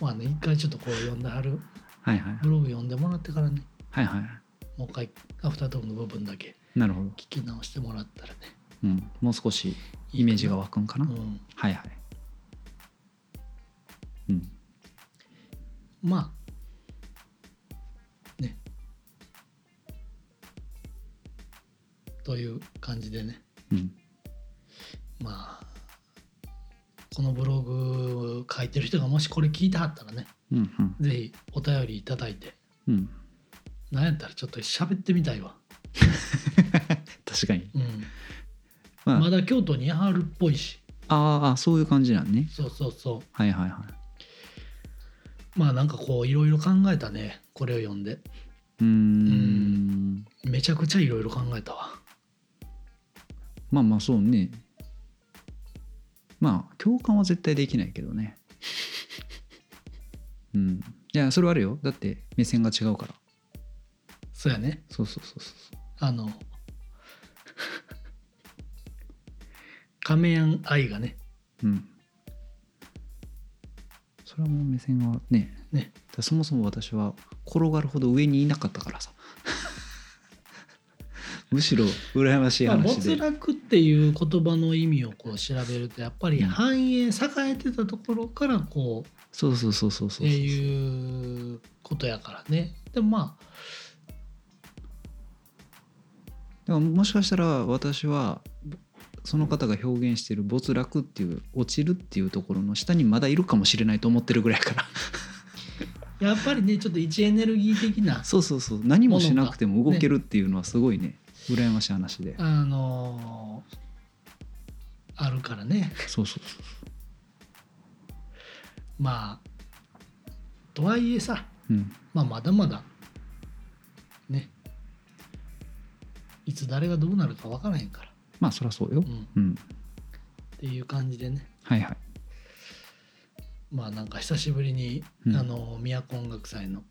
Speaker 2: まあね一回ちょっとこう読んではる
Speaker 1: はいはい
Speaker 2: ブログ読んでもらってからね
Speaker 1: はいはい
Speaker 2: もう一回アフタートークの部分だけ
Speaker 1: なるほど、
Speaker 2: 聞き直してもらったらね
Speaker 1: うん、もう少しイメージが湧くんかな、
Speaker 2: うん、
Speaker 1: はいはいうん
Speaker 2: まあねという感じでね
Speaker 1: うん
Speaker 2: まあこのブログ書いてる人がもしこれ聞いてはったらね
Speaker 1: うんうん
Speaker 2: 是非お便りいただいて
Speaker 1: うん
Speaker 2: なんやったらちょっと喋ってみたいわ、
Speaker 1: 確かに、
Speaker 2: うん、
Speaker 1: まあ
Speaker 2: まだ京都にいはるっぽいし
Speaker 1: あーあそういう感じなんね
Speaker 2: そうそうそ
Speaker 1: はいはいは
Speaker 2: うまあなんかこういろいろ考えたねこれを読んで
Speaker 1: いうー
Speaker 2: うんめちゃくちゃいろいろ考えたわ
Speaker 1: まあまあそうねまあ共感は絶対できないけど ねうんいやそれはあるよだって目線が違うから
Speaker 2: そうやね
Speaker 1: そうそうそうそう
Speaker 2: あの亀やん愛がね
Speaker 1: そううんそれはもう目線はねだ
Speaker 2: ね
Speaker 1: からそもそも私は転がるほど上にいなかった からさむしろ羨ましい
Speaker 2: まあ
Speaker 1: 話で、
Speaker 2: 没落っていう言葉の意味をこう調べるとやっぱり
Speaker 1: うん
Speaker 2: 繁栄栄えてたところからこうっ
Speaker 1: そうそうそうそうそう
Speaker 2: ていうことやからねでもまあ
Speaker 1: だからもしかしたら私はその方が表現している没落っていう落ちるっていうところの下にまだいるかもしれないと思ってるぐらいから
Speaker 2: やっぱりねちょっと一エネルギー的な
Speaker 1: そうそうそう何もしなくても動けるっていうのはすごいね羨ましい話で
Speaker 2: あのーあるからね
Speaker 1: そうそうそう
Speaker 2: まあとはいえさ、
Speaker 1: うん
Speaker 2: まあ、まだまだねいつ誰がどうなるか分からへんから、
Speaker 1: まあそりゃそうよ
Speaker 2: うん、
Speaker 1: うん
Speaker 2: っていう感じでね
Speaker 1: はいはい
Speaker 2: まあなんか久しぶりに、
Speaker 1: うん
Speaker 2: あの都音楽祭の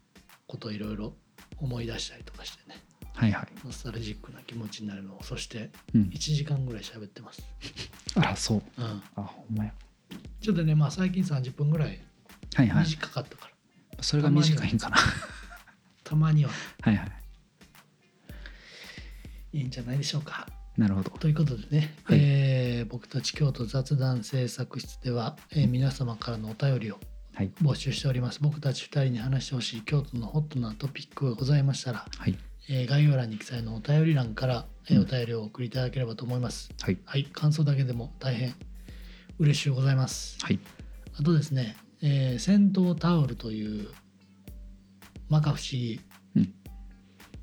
Speaker 2: こといろいろ思い出したりとかしてね
Speaker 1: はいはい
Speaker 2: ノスタルジックな気持ちになるのをそして
Speaker 1: うん
Speaker 2: 1時間ぐらい喋ってます、
Speaker 1: あらそう
Speaker 2: うん、
Speaker 1: あほんまや
Speaker 2: ちょっとねまあ最近30分ぐらい
Speaker 1: はいはい
Speaker 2: 短かったから、
Speaker 1: それが短いんかな
Speaker 2: たまには
Speaker 1: はいはい
Speaker 2: いいんじゃないでしょうか
Speaker 1: なるほど
Speaker 2: ということでね、
Speaker 1: はい
Speaker 2: えー僕たち京都雑談制作室では、えー皆様からのお便りを
Speaker 1: はい
Speaker 2: 募集しております僕たち2人に話してほしい京都のホットなトピックがございましたら
Speaker 1: はい
Speaker 2: えー概要欄に記載のお便り欄から、えー
Speaker 1: うん
Speaker 2: お便りをお送りいただければと思います。
Speaker 1: はい
Speaker 2: はい、感想だけでも大変嬉しゅうございます。
Speaker 1: はい
Speaker 2: あとですね、えー戦闘タオルという摩訶不思議、
Speaker 1: うん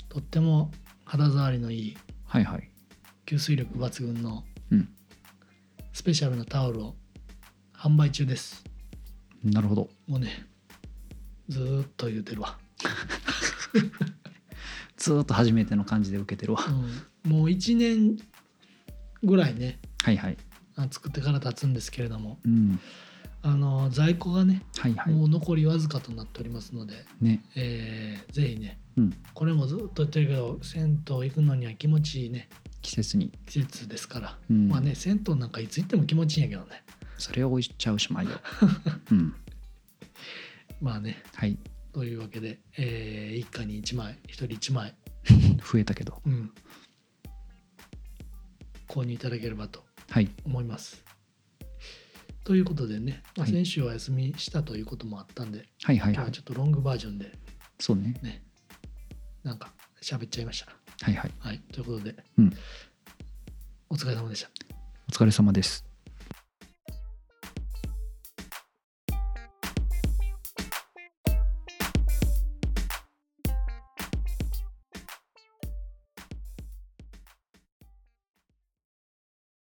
Speaker 2: とっても肌触りのいい
Speaker 1: はいはい
Speaker 2: 吸水力抜群の
Speaker 1: うん
Speaker 2: スペシャルなタオルを販売中です。
Speaker 1: なるほど
Speaker 2: もうね、ずーっと言うてるわ。
Speaker 1: ずーっと初めての感じで受けてるわ
Speaker 2: うん、もう1年ぐらいね、
Speaker 1: はいはい
Speaker 2: あ作ってから経つんですけれども
Speaker 1: うん
Speaker 2: あの在庫がね、
Speaker 1: はいは
Speaker 2: も
Speaker 1: いう
Speaker 2: 残りわずかとなっておりますので、
Speaker 1: ね
Speaker 2: えーぜひね
Speaker 1: うん
Speaker 2: これもずっと言ってるけど銭湯行くのには気持ちいいね
Speaker 1: 季節に
Speaker 2: 季節ですから、
Speaker 1: うん
Speaker 2: まあね銭湯なんかいつ行っても気持ちいいんやけどね
Speaker 1: それを置いちゃうし まいようん
Speaker 2: まあね
Speaker 1: はい
Speaker 2: というわけで、えー一家に1枚一人1枚、
Speaker 1: 増えたけど
Speaker 2: うん、購入いただければと
Speaker 1: はい
Speaker 2: 思いますということでね、まあ
Speaker 1: はい
Speaker 2: 先週お休みしたということもあったんで、
Speaker 1: はいはい
Speaker 2: 今
Speaker 1: は
Speaker 2: 日はいちょっとロングバージョンで
Speaker 1: そうね
Speaker 2: ね、なんか喋っちゃいました。
Speaker 1: はいはい
Speaker 2: はい、ということで、
Speaker 1: うん
Speaker 2: お疲れ様でした。
Speaker 1: お疲れ様です